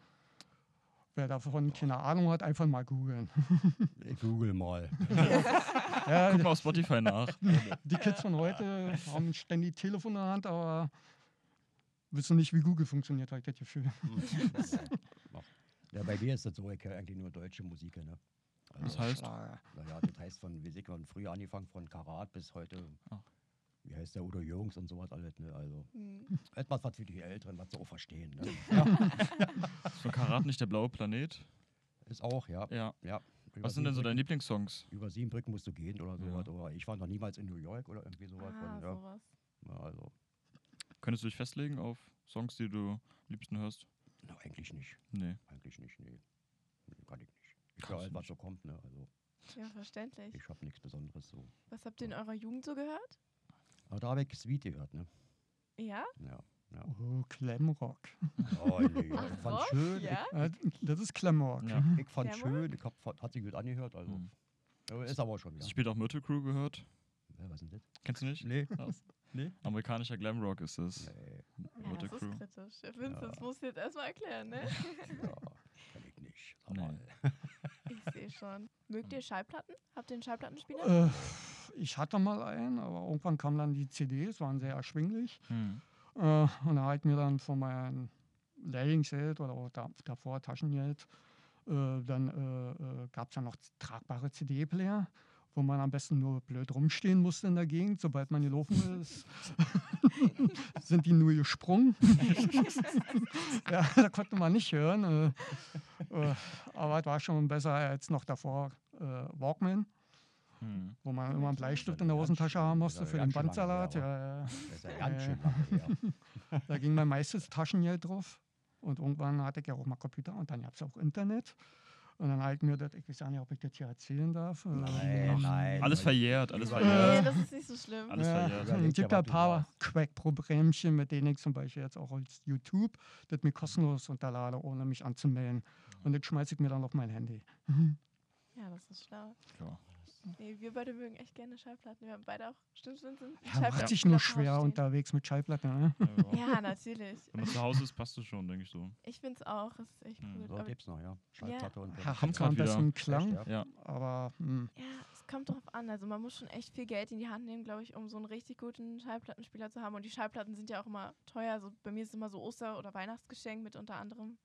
[SPEAKER 3] Wer davon keine Ahnung hat, einfach mal googeln.
[SPEAKER 4] Ich Google mal.
[SPEAKER 3] ja,
[SPEAKER 1] Guck mal auf Spotify nach.
[SPEAKER 3] die Kids von heute haben ständig Telefon in der Hand, aber wissen nicht, wie Google funktioniert, habe ich das Gefühl.
[SPEAKER 4] Ja, bei mir ist das so, ich höre eigentlich nur deutsche Musik. Ne?
[SPEAKER 1] Das
[SPEAKER 4] Also,
[SPEAKER 1] heißt,
[SPEAKER 3] Schlager.
[SPEAKER 4] naja, das heißt von, wie ich von früher angefangen, von Karat bis heute,
[SPEAKER 1] Ah.
[SPEAKER 4] wie heißt der Udo Jürgens und sowas alles. Ne? Also
[SPEAKER 2] Hm.
[SPEAKER 4] etwas, was für die Älteren, was sie auch verstehen. Ne?
[SPEAKER 1] ist von Karat nicht der blaue Planet?
[SPEAKER 4] Ist auch, ja.
[SPEAKER 1] Ja.
[SPEAKER 4] ja. Über
[SPEAKER 1] Was sind denn so
[SPEAKER 4] Siebenbrücken-
[SPEAKER 1] deine Lieblingssongs?
[SPEAKER 4] Über Siebenbrücken musst du gehen oder
[SPEAKER 1] Ja.
[SPEAKER 4] sowas. Oder ich war noch niemals in New York oder irgendwie sowas.
[SPEAKER 2] Ah,
[SPEAKER 4] von, ja.
[SPEAKER 2] sowas.
[SPEAKER 4] Ja, also,
[SPEAKER 1] Könntest du dich festlegen auf Songs, die du am liebsten hörst?
[SPEAKER 4] na, eigentlich nicht.
[SPEAKER 1] Nee.
[SPEAKER 4] Eigentlich nicht, nee. Nee, Kann ich nicht. Ich höre
[SPEAKER 1] Kannst
[SPEAKER 4] halt,
[SPEAKER 1] du
[SPEAKER 4] was
[SPEAKER 1] nicht.
[SPEAKER 4] so kommt, ne? Also
[SPEAKER 2] Ja, verständlich.
[SPEAKER 4] ich habe nichts Besonderes so.
[SPEAKER 2] Was habt ihr in eurer Jugend so gehört?
[SPEAKER 4] Aber da habe ich Sweet gehört, ne?
[SPEAKER 2] Ja?
[SPEAKER 4] Ja. ja.
[SPEAKER 3] Oh, Klemmrock.
[SPEAKER 4] Oh, nee, ja.
[SPEAKER 2] Ach,
[SPEAKER 4] ich fand
[SPEAKER 2] Rock?
[SPEAKER 4] schön.
[SPEAKER 2] Ja?
[SPEAKER 3] Äh, Das ist Klemmrock.
[SPEAKER 1] Ja.
[SPEAKER 4] Ich, ich fand
[SPEAKER 2] Der
[SPEAKER 4] schön, ich hab, fand- hat sie Oh, gut angehört, also.
[SPEAKER 1] Hm.
[SPEAKER 4] Ja, Ist aber schon wieder.
[SPEAKER 1] Hast du später auch Myrtle Crew gehört?
[SPEAKER 4] Ja, was ist denn
[SPEAKER 1] Kennst du nicht?
[SPEAKER 4] Nee.
[SPEAKER 1] Was? Nee. Amerikanischer Glamrock ist es.
[SPEAKER 4] das? Nee,
[SPEAKER 2] Ja,
[SPEAKER 1] Rote
[SPEAKER 2] das
[SPEAKER 1] Crew.
[SPEAKER 2] ist kritisch. Ja, Vincent,
[SPEAKER 4] Ja.
[SPEAKER 2] das musst du jetzt erstmal erklären, ne?
[SPEAKER 4] ja, kann ich nicht. Sag
[SPEAKER 1] Nee.
[SPEAKER 4] mal.
[SPEAKER 2] Ich sehe schon. Mögt ihr Schallplatten? Habt ihr einen Schallplattenspieler?
[SPEAKER 3] Äh, ich hatte mal einen, aber irgendwann kamen dann die CDs, waren sehr erschwinglich.
[SPEAKER 1] Hm.
[SPEAKER 3] Äh, und da habe ich mir dann von meinem Lehrlingsgeld oder auch da, davor Taschengeld, äh, dann äh, äh, gab es ja noch tragbare CD-Player, wo man am besten nur blöd rumstehen musste in der Gegend. Sobald man gelaufen ist, sind die nur gesprungen. ja, da konnte man nicht hören. Äh, äh, aber es war schon besser als noch davor äh, Walkman,
[SPEAKER 1] Hm.
[SPEAKER 3] wo man immer einen Bleistift in der Hosentasche haben musste für den Bandsalat. Ja, ja.
[SPEAKER 4] Das ist ja
[SPEAKER 3] Äh.
[SPEAKER 4] ganz schön lange her.
[SPEAKER 3] Da ging mein meistes Taschengeld drauf. Und irgendwann hatte ich ja auch mal Computer und dann gab es auch Internet. Und dann habe ich mir das, ich weiß auch nicht, ob ich das hier erzählen darf. äh,
[SPEAKER 4] Nein, Äh, nein.
[SPEAKER 1] Alles verjährt, alles
[SPEAKER 2] Nee,
[SPEAKER 1] verjährt.
[SPEAKER 2] das ist nicht so schlimm.
[SPEAKER 1] Alles
[SPEAKER 3] ja,
[SPEAKER 1] verjährt.
[SPEAKER 3] Es
[SPEAKER 4] Überleg dir,
[SPEAKER 3] gibt da
[SPEAKER 4] was
[SPEAKER 3] ein
[SPEAKER 4] du
[SPEAKER 3] paar
[SPEAKER 4] sagst.
[SPEAKER 3] Quack-Programmchen, mit denen ich zum Beispiel jetzt auch als YouTube das mir kostenlos unterlade, ohne mich anzumelden. Und das schmeiße ich mir dann auf mein Handy.
[SPEAKER 2] Ja, das ist schlau.
[SPEAKER 1] Klar.
[SPEAKER 2] Nee, wir beide mögen echt gerne Schallplatten. Wir haben beide auch, stimmt, sind sind
[SPEAKER 3] Ja, macht sich nur schwer unterwegs mit Schallplatten. Ne?
[SPEAKER 1] Ja. Ja.
[SPEAKER 2] Ja, natürlich.
[SPEAKER 1] Wenn man zu Hause ist, passt es schon, denke ich so.
[SPEAKER 2] Ich finde es auch, es ist echt
[SPEAKER 1] Hm,
[SPEAKER 2] cool.
[SPEAKER 4] So
[SPEAKER 2] Aber,
[SPEAKER 4] gibt's noch, ja. Schallplatte und
[SPEAKER 3] Ja,
[SPEAKER 1] Kommt
[SPEAKER 3] hat zwar am
[SPEAKER 1] grad wieder.
[SPEAKER 3] besten Klang,
[SPEAKER 4] Echt, ja?
[SPEAKER 1] Ja.
[SPEAKER 3] aber hm,
[SPEAKER 2] ja, es kommt drauf an. Also man muss schon echt viel Geld in die Hand nehmen, glaube ich, um so einen richtig guten Schallplattenspieler zu haben. Und die Schallplatten sind ja auch immer teuer. Also bei mir ist immer so Oster- oder Weihnachtsgeschenk mit unter anderem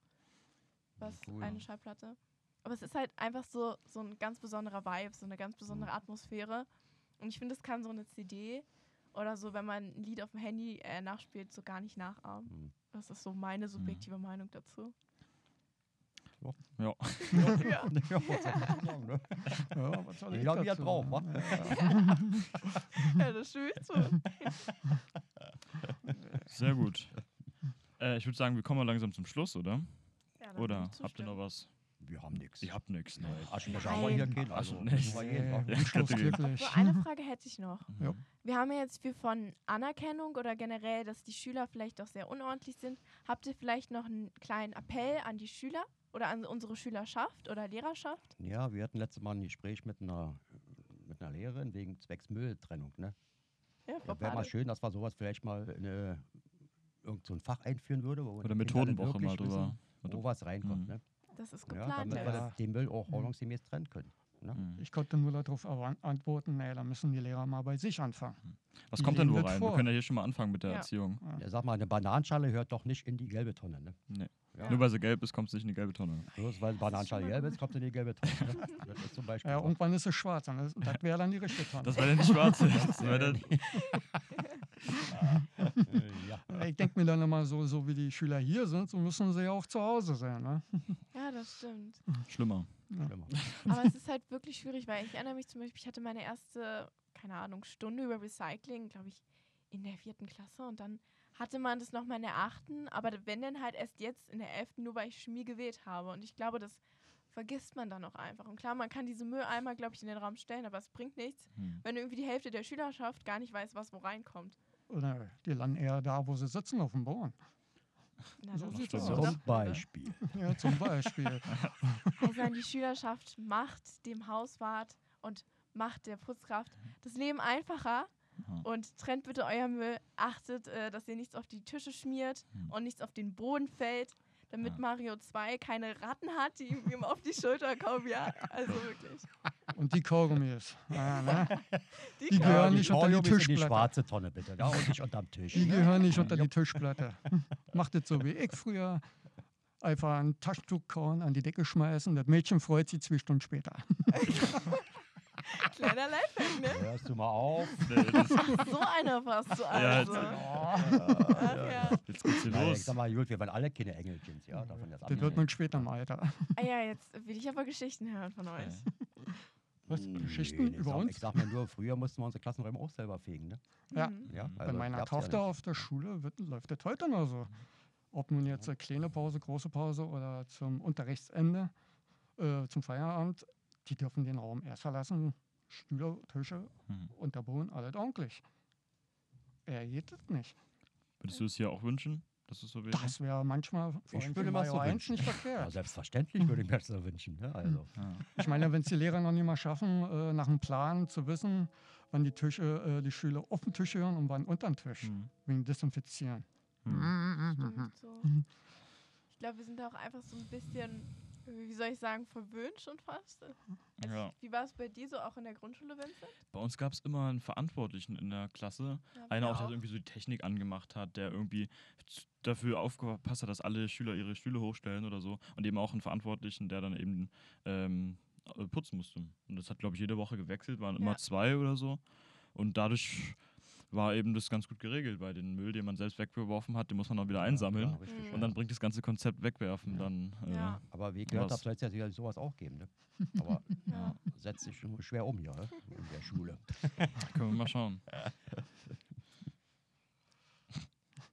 [SPEAKER 2] was
[SPEAKER 4] Cool.
[SPEAKER 2] eine Schallplatte. Aber es ist halt einfach so, so ein ganz besonderer Vibe, so eine ganz besondere Atmosphäre. Und ich finde, das kann so eine CD oder so, wenn man ein Lied auf dem Handy äh, nachspielt, so gar nicht nachahmen.
[SPEAKER 4] Hm.
[SPEAKER 2] Das ist so meine subjektive Meinung dazu.
[SPEAKER 1] Ja.
[SPEAKER 2] ja.
[SPEAKER 4] Ja, was soll ich sagen, ne?
[SPEAKER 3] ja, was soll
[SPEAKER 4] Ja,
[SPEAKER 3] ich
[SPEAKER 4] wir haben
[SPEAKER 3] dazu
[SPEAKER 4] ja drauf, wa?
[SPEAKER 3] sagen? Ja.
[SPEAKER 2] ja, das stimmt so.
[SPEAKER 1] Sehr gut. Äh, ich würde sagen, wir kommen mal langsam zum Schluss, oder?
[SPEAKER 2] Ja, da kann
[SPEAKER 1] Oder
[SPEAKER 2] ich
[SPEAKER 1] habt ihr noch
[SPEAKER 2] zustimmen.
[SPEAKER 1] was?
[SPEAKER 4] Wir haben nichts.
[SPEAKER 1] Ich hab nix. Ne?
[SPEAKER 4] Aschenbecher haben wir hier gehen. Also,
[SPEAKER 1] Nein.
[SPEAKER 4] müssen wir gehen, wa?
[SPEAKER 3] Nee,
[SPEAKER 1] Ja,
[SPEAKER 3] Schluss
[SPEAKER 1] Kategorien.
[SPEAKER 3] glücklich.
[SPEAKER 2] So, eine Frage hätte ich noch.
[SPEAKER 3] Ja.
[SPEAKER 2] Wir haben ja jetzt viel von Anerkennung oder generell, dass die Schüler vielleicht auch sehr unordentlich sind. Habt ihr vielleicht noch einen kleinen Appell an die Schüler oder an unsere Schülerschaft oder Lehrerschaft?
[SPEAKER 4] Ja, wir hatten letztes Mal ein Gespräch mit einer, mit einer Lehrerin wegen zwecks Mülltrennung. Ne?
[SPEAKER 2] Ja, Frau
[SPEAKER 4] Ja, Wäre mal
[SPEAKER 2] Bade.
[SPEAKER 4] schön, dass wir sowas vielleicht mal in äh, irgend so ein Fach einführen würde. Wo
[SPEAKER 1] Oder
[SPEAKER 4] die Kinder dann
[SPEAKER 1] Methodenwoche mal
[SPEAKER 4] wirklich
[SPEAKER 1] drüber.
[SPEAKER 4] wissen, Wo was reinkommt.
[SPEAKER 1] Mhm.
[SPEAKER 4] Ne?
[SPEAKER 2] Das ist
[SPEAKER 4] Ja,
[SPEAKER 2] geplant.
[SPEAKER 4] damit wir
[SPEAKER 2] jetzt.
[SPEAKER 3] Ja.
[SPEAKER 4] das, den Müll
[SPEAKER 1] Hm.
[SPEAKER 4] auch ordnungsgemäß trennen können.
[SPEAKER 1] Mhm.
[SPEAKER 3] Ich konnte nur darauf awan- antworten, nee, da müssen die Lehrer mal bei sich anfangen.
[SPEAKER 1] Was
[SPEAKER 3] die
[SPEAKER 1] kommt denn
[SPEAKER 3] leben
[SPEAKER 1] wo
[SPEAKER 3] das
[SPEAKER 1] rein? Wir
[SPEAKER 3] vor.
[SPEAKER 1] können ja hier schon mal anfangen mit der
[SPEAKER 2] Ja.
[SPEAKER 1] Erziehung.
[SPEAKER 3] Ja.
[SPEAKER 4] Ja, sag mal, eine Bananenschale hört doch nicht in die gelbe Tonne. Ne?
[SPEAKER 1] Nee.
[SPEAKER 4] Ja.
[SPEAKER 1] Nur weil sie gelb ist, kommt sie nicht in die gelbe Tonne.
[SPEAKER 4] Bloß weil Bananenschale
[SPEAKER 2] schon mal
[SPEAKER 4] gelb ist, kommt in die gelbe Tasche. ne? Das ist zum Beispiel.
[SPEAKER 3] Ja,
[SPEAKER 4] was.
[SPEAKER 3] irgendwann ist es schwarz. Dann ist, das wäre dann die richtige Tonne.
[SPEAKER 1] Das war dann die schwarze. Das war dann,
[SPEAKER 4] Äh, ja.
[SPEAKER 3] ich denke mir dann immer so, so wie die Schüler hier sind, so müssen sie ja auch zu Hause sein. Ne?
[SPEAKER 2] Ja, das stimmt.
[SPEAKER 1] schlimmer.
[SPEAKER 4] schlimmer.
[SPEAKER 2] Aber es ist halt wirklich schwierig, weil ich erinnere mich zum Beispiel, ich hatte meine erste, keine Ahnung, Stunde über Recycling, glaube ich, in der vierten Klasse und dann hatte man das nochmal in der achten, aber wenn dann halt erst jetzt in der elften, nur weil ich Chemie gewählt habe. Und ich glaube, das vergisst man dann auch einfach. Und klar, man kann diese Mülleimer, glaube ich, in den Raum stellen, aber es bringt nichts,
[SPEAKER 1] Hm.
[SPEAKER 2] wenn irgendwie die Hälfte der Schülerschaft gar nicht weiß, was wo reinkommt.
[SPEAKER 3] Oder die landen eher da, wo sie sitzen, auf dem Bauern.
[SPEAKER 2] Na,
[SPEAKER 3] So
[SPEAKER 2] das
[SPEAKER 3] sieht's
[SPEAKER 2] ist
[SPEAKER 3] aus.
[SPEAKER 2] doch
[SPEAKER 3] Zum
[SPEAKER 2] doch-
[SPEAKER 4] Zum Beispiel.
[SPEAKER 3] Ja, zum Beispiel.
[SPEAKER 2] Also an die Schülerschaft macht dem Hauswart und macht der Putzkraft das Leben einfacher
[SPEAKER 1] Ja.
[SPEAKER 2] und trennt bitte euer Müll. Achtet, äh, dass ihr nichts auf die Tische schmiert
[SPEAKER 1] Hm.
[SPEAKER 2] und nichts auf den Boden fällt, damit
[SPEAKER 1] Ja.
[SPEAKER 2] Mario 2 keine Ratten hat, die ihm ihm auf die Schulter kommen. Ja, also wirklich.
[SPEAKER 3] Und die Kaugummis. Ja, ne?
[SPEAKER 2] Die
[SPEAKER 3] Die
[SPEAKER 2] kann-
[SPEAKER 3] gehören nicht unter die
[SPEAKER 4] Oreos in die
[SPEAKER 3] Tischplatte.
[SPEAKER 4] schwarze Tonne, bitte. Ja, und nicht unterm Tisch.
[SPEAKER 3] Die gehören nicht unter die Tischplatte. Macht das so wie ich früher. Einfach ein Taschentuch kauen, an die Decke schmeißen. Das Mädchen freut sich zwei Stunden später.
[SPEAKER 2] kleiner Lifehack, ne?
[SPEAKER 4] Hörst du mal auf?
[SPEAKER 1] Nee, das,
[SPEAKER 2] So einer warst du
[SPEAKER 1] Ja,
[SPEAKER 2] also.
[SPEAKER 1] jetzt-
[SPEAKER 2] Ach ja.
[SPEAKER 1] jetzt geht's hier
[SPEAKER 4] Nein, ich
[SPEAKER 1] los.
[SPEAKER 4] sag mal, gut, wir waren alle keine Engelchins, ja. Oh, Davon das
[SPEAKER 3] Das wird man später im Alter.
[SPEAKER 2] Ah ja, jetzt will ich aber Geschichten hören von euch.
[SPEAKER 3] Was? Geschichten
[SPEAKER 4] ich
[SPEAKER 3] über
[SPEAKER 4] sag,
[SPEAKER 3] uns?
[SPEAKER 4] Ich sag mal nur, früher mussten wir unsere Klassenräume auch selber fegen, ne?
[SPEAKER 3] Ja. halt.
[SPEAKER 2] Mhm.
[SPEAKER 4] Ja,
[SPEAKER 1] Hm.
[SPEAKER 3] Bei
[SPEAKER 4] also,
[SPEAKER 3] meiner
[SPEAKER 4] gab's ja
[SPEAKER 3] Tochter
[SPEAKER 4] nicht.
[SPEAKER 3] auf der Schule wird, läuft das heute noch so. Ob nun jetzt eine kleine Pause, große Pause oder zum Unterrichtsende, äh, zum Feierabend, die dürfen den Raum erst verlassen. Stühle, Tische,
[SPEAKER 1] Hm.
[SPEAKER 3] Unterboden, alles ordentlich. Er geht das nicht.
[SPEAKER 1] Würdest du es hier auch wünschen, dass es so wäre?
[SPEAKER 3] Das wäre manchmal vor
[SPEAKER 4] Ich
[SPEAKER 3] allem
[SPEAKER 4] würde
[SPEAKER 3] für
[SPEAKER 4] mir
[SPEAKER 3] Mario
[SPEAKER 4] das so Also
[SPEAKER 3] 1 nicht
[SPEAKER 4] Ja,
[SPEAKER 3] verkehrt.
[SPEAKER 4] selbstverständlich würde ich mir das so wünschen, ne? Also.
[SPEAKER 1] Ja.
[SPEAKER 3] Ich meine, wenn es die Lehrer noch nicht mal schaffen, äh, nach einem Plan zu wissen, wann die Tische, äh, die Schüler auf den Tisch hören und wann unter den Tisch,
[SPEAKER 1] Hm.
[SPEAKER 3] wegen Desinfizieren.
[SPEAKER 1] Hm.
[SPEAKER 3] Mhm,
[SPEAKER 2] Stimmt so. Ich glaube, wir sind da auch einfach so ein bisschen, wie soll ich sagen, verwöhnt schon fast. Also
[SPEAKER 1] Ja.
[SPEAKER 2] Wie war es bei dir so auch in der Grundschule, Vincent?
[SPEAKER 1] Bei uns gab es immer einen Verantwortlichen in der Klasse.
[SPEAKER 2] Ja, bei
[SPEAKER 1] Einer
[SPEAKER 2] mir
[SPEAKER 1] auch, also der irgendwie so die Technik angemacht hat, der irgendwie z- dafür aufgepasst hat, dass alle Schüler ihre Stühle hochstellen oder so. Und eben auch einen Verantwortlichen, der dann eben ähm, äh, putzen musste. Und das hat, glaube ich, jede Woche gewechselt, waren immer
[SPEAKER 2] Ja.
[SPEAKER 1] zwei oder so. Und dadurch war eben das ganz gut geregelt, weil den Müll, den man selbst weggeworfen hat, den muss man dann wieder einsammeln.
[SPEAKER 4] Ja, klar, richtig,
[SPEAKER 2] Mhm.
[SPEAKER 1] und dann bringt das ganze Konzept wegwerfen
[SPEAKER 4] Ja.
[SPEAKER 1] dann. Äh,
[SPEAKER 2] Ja.
[SPEAKER 4] Aber wie ich gehört
[SPEAKER 1] Was?
[SPEAKER 4] habe, soll es ja sicherlich sowas auch geben, ne? Aber
[SPEAKER 2] Ja.
[SPEAKER 4] setzt sich schon schwer um hier, ne? In der Schule.
[SPEAKER 1] Können wir mal schauen.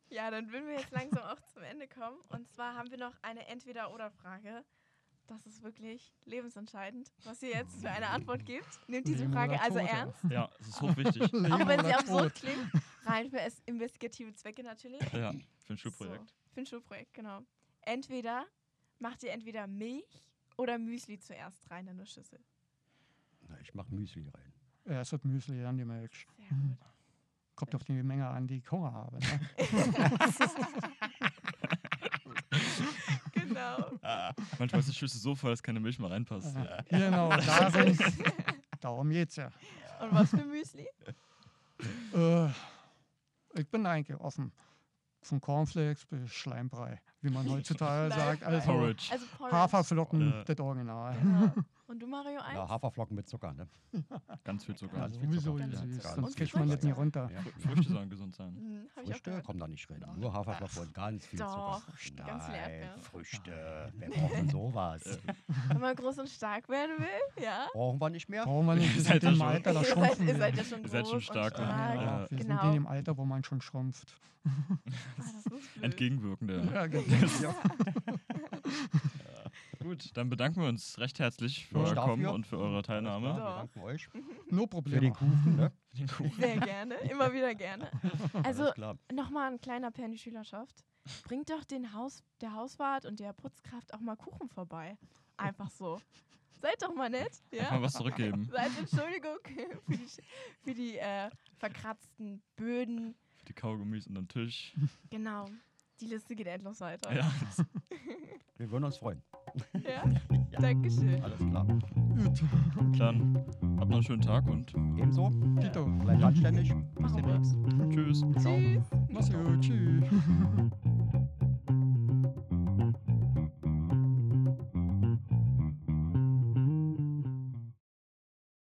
[SPEAKER 2] Ja, dann würden wir jetzt langsam auch zum Ende kommen. Und zwar haben wir noch eine Entweder-Oder-Frage. Das ist wirklich lebensentscheidend, was ihr jetzt für eine Antwort gebt. Nehmt diese
[SPEAKER 3] Leben
[SPEAKER 2] Frage
[SPEAKER 3] oder
[SPEAKER 2] also
[SPEAKER 3] Tod, ja.
[SPEAKER 2] ernst,
[SPEAKER 1] Ja, es ist hochwichtig.
[SPEAKER 3] Leben
[SPEAKER 2] auch wenn sie
[SPEAKER 3] oder
[SPEAKER 2] absurd
[SPEAKER 3] Tod.
[SPEAKER 2] klingt. Rein für es investigative Zwecke natürlich.
[SPEAKER 1] ja, für ein Schulprojekt.
[SPEAKER 2] So, für ein Schulprojekt, genau. Entweder macht ihr entweder Milch oder Müsli zuerst rein in eine Schüssel.
[SPEAKER 4] Na, ich mach Müsli rein.
[SPEAKER 3] Erst das Müsli, dann die Milch.
[SPEAKER 2] Sehr gut.
[SPEAKER 3] Kommt auf die Menge an, die ich Hunger habe. Ne?
[SPEAKER 2] genau.
[SPEAKER 1] Manchmal ist die Schüssel so voll, dass keine Milch mehr reinpasst.
[SPEAKER 3] Äh, genau, darum, darum geht's ja.
[SPEAKER 2] Und was für Müsli?
[SPEAKER 3] Äh, ich bin eigentlich offen. Von Cornflakes bis Schleimbrei, wie man heutzutage sagt. Also
[SPEAKER 1] Porridge.
[SPEAKER 2] Also Porridge.
[SPEAKER 3] Haferflocken,
[SPEAKER 1] Ja.
[SPEAKER 3] das Original.
[SPEAKER 2] Genau. Und du, Mario,
[SPEAKER 4] Na,
[SPEAKER 2] eins?
[SPEAKER 4] Haferflocken mit Zucker, ne?
[SPEAKER 1] Ganz viel Zucker.
[SPEAKER 3] Also sowieso
[SPEAKER 2] Ganz viel
[SPEAKER 3] süß,
[SPEAKER 2] Zucker.
[SPEAKER 3] sonst
[SPEAKER 2] Und
[SPEAKER 3] kriegt man das
[SPEAKER 2] Früchte.
[SPEAKER 3] nicht runter.
[SPEAKER 4] Ja.
[SPEAKER 1] Fr- Früchte sollen gesund sein.
[SPEAKER 2] Hm, hab ich auch
[SPEAKER 4] Früchte
[SPEAKER 2] gehört.
[SPEAKER 4] kommen da nicht rein. Nur Haferflocken und ganz viel
[SPEAKER 2] Doch,
[SPEAKER 4] Zucker.
[SPEAKER 2] ganz viel
[SPEAKER 4] Nein,
[SPEAKER 2] Erdbeeren.
[SPEAKER 4] Früchte. Wer braucht denn sowas?
[SPEAKER 2] Wenn man groß und stark werden will, ja.
[SPEAKER 4] Brauchen wir nicht mehr?
[SPEAKER 3] Brauchen wir nicht, wir
[SPEAKER 1] Seid
[SPEAKER 3] sind
[SPEAKER 1] ihr
[SPEAKER 3] in dem
[SPEAKER 1] schon-
[SPEAKER 3] Alter, da
[SPEAKER 2] ihr, seid,
[SPEAKER 3] schrumpfen
[SPEAKER 2] ihr
[SPEAKER 3] wir.
[SPEAKER 2] seid ja schon
[SPEAKER 1] Ihr
[SPEAKER 2] groß
[SPEAKER 1] seid schon stark, ne?
[SPEAKER 2] und stark.
[SPEAKER 1] Ja,
[SPEAKER 3] wir sind
[SPEAKER 2] Genau.
[SPEAKER 3] in dem Alter, wo man schon schrumpft.
[SPEAKER 2] Ah, das ist blöd.
[SPEAKER 1] Entgegenwirken der.
[SPEAKER 3] Ja, genau.
[SPEAKER 1] Gut, dann bedanken wir uns recht herzlich für
[SPEAKER 4] Nicht
[SPEAKER 1] euer
[SPEAKER 4] dafür.
[SPEAKER 1] Kommen und für eure
[SPEAKER 4] Ja,
[SPEAKER 1] Teilnahme.
[SPEAKER 2] So.
[SPEAKER 4] wir danken euch.
[SPEAKER 3] No
[SPEAKER 4] Für den
[SPEAKER 3] Problem.
[SPEAKER 4] Kuchen, ne?
[SPEAKER 2] Sehr gerne, immer wieder gerne. Also
[SPEAKER 4] Alles klar.
[SPEAKER 2] nochmal ein kleiner Appell an die Schülerschaft. Bringt doch den Haus, der Hauswart und der Putzkraft auch mal Kuchen vorbei. Einfach so. Seid doch mal nett,
[SPEAKER 1] Mal
[SPEAKER 2] ja?
[SPEAKER 1] was zurückgeben
[SPEAKER 2] Seid Entschuldigung für die, für die äh, verkratzten Böden.
[SPEAKER 1] für die Kaugummis und den Tisch.
[SPEAKER 2] Genau. Die Liste geht endlos weiter.
[SPEAKER 1] Ja,
[SPEAKER 4] Wir würden uns freuen.
[SPEAKER 2] ja?
[SPEAKER 4] Ja.
[SPEAKER 2] Dankeschön.
[SPEAKER 4] Alles klar.
[SPEAKER 1] dann habt noch einen schönen Tag und
[SPEAKER 4] Ebenso.
[SPEAKER 3] Tito,
[SPEAKER 4] Bleibt anständig. Bis
[SPEAKER 2] Machen wir.
[SPEAKER 4] demnächst.
[SPEAKER 1] tschüss.
[SPEAKER 2] Tschüss.
[SPEAKER 3] mach's gut, tschüss.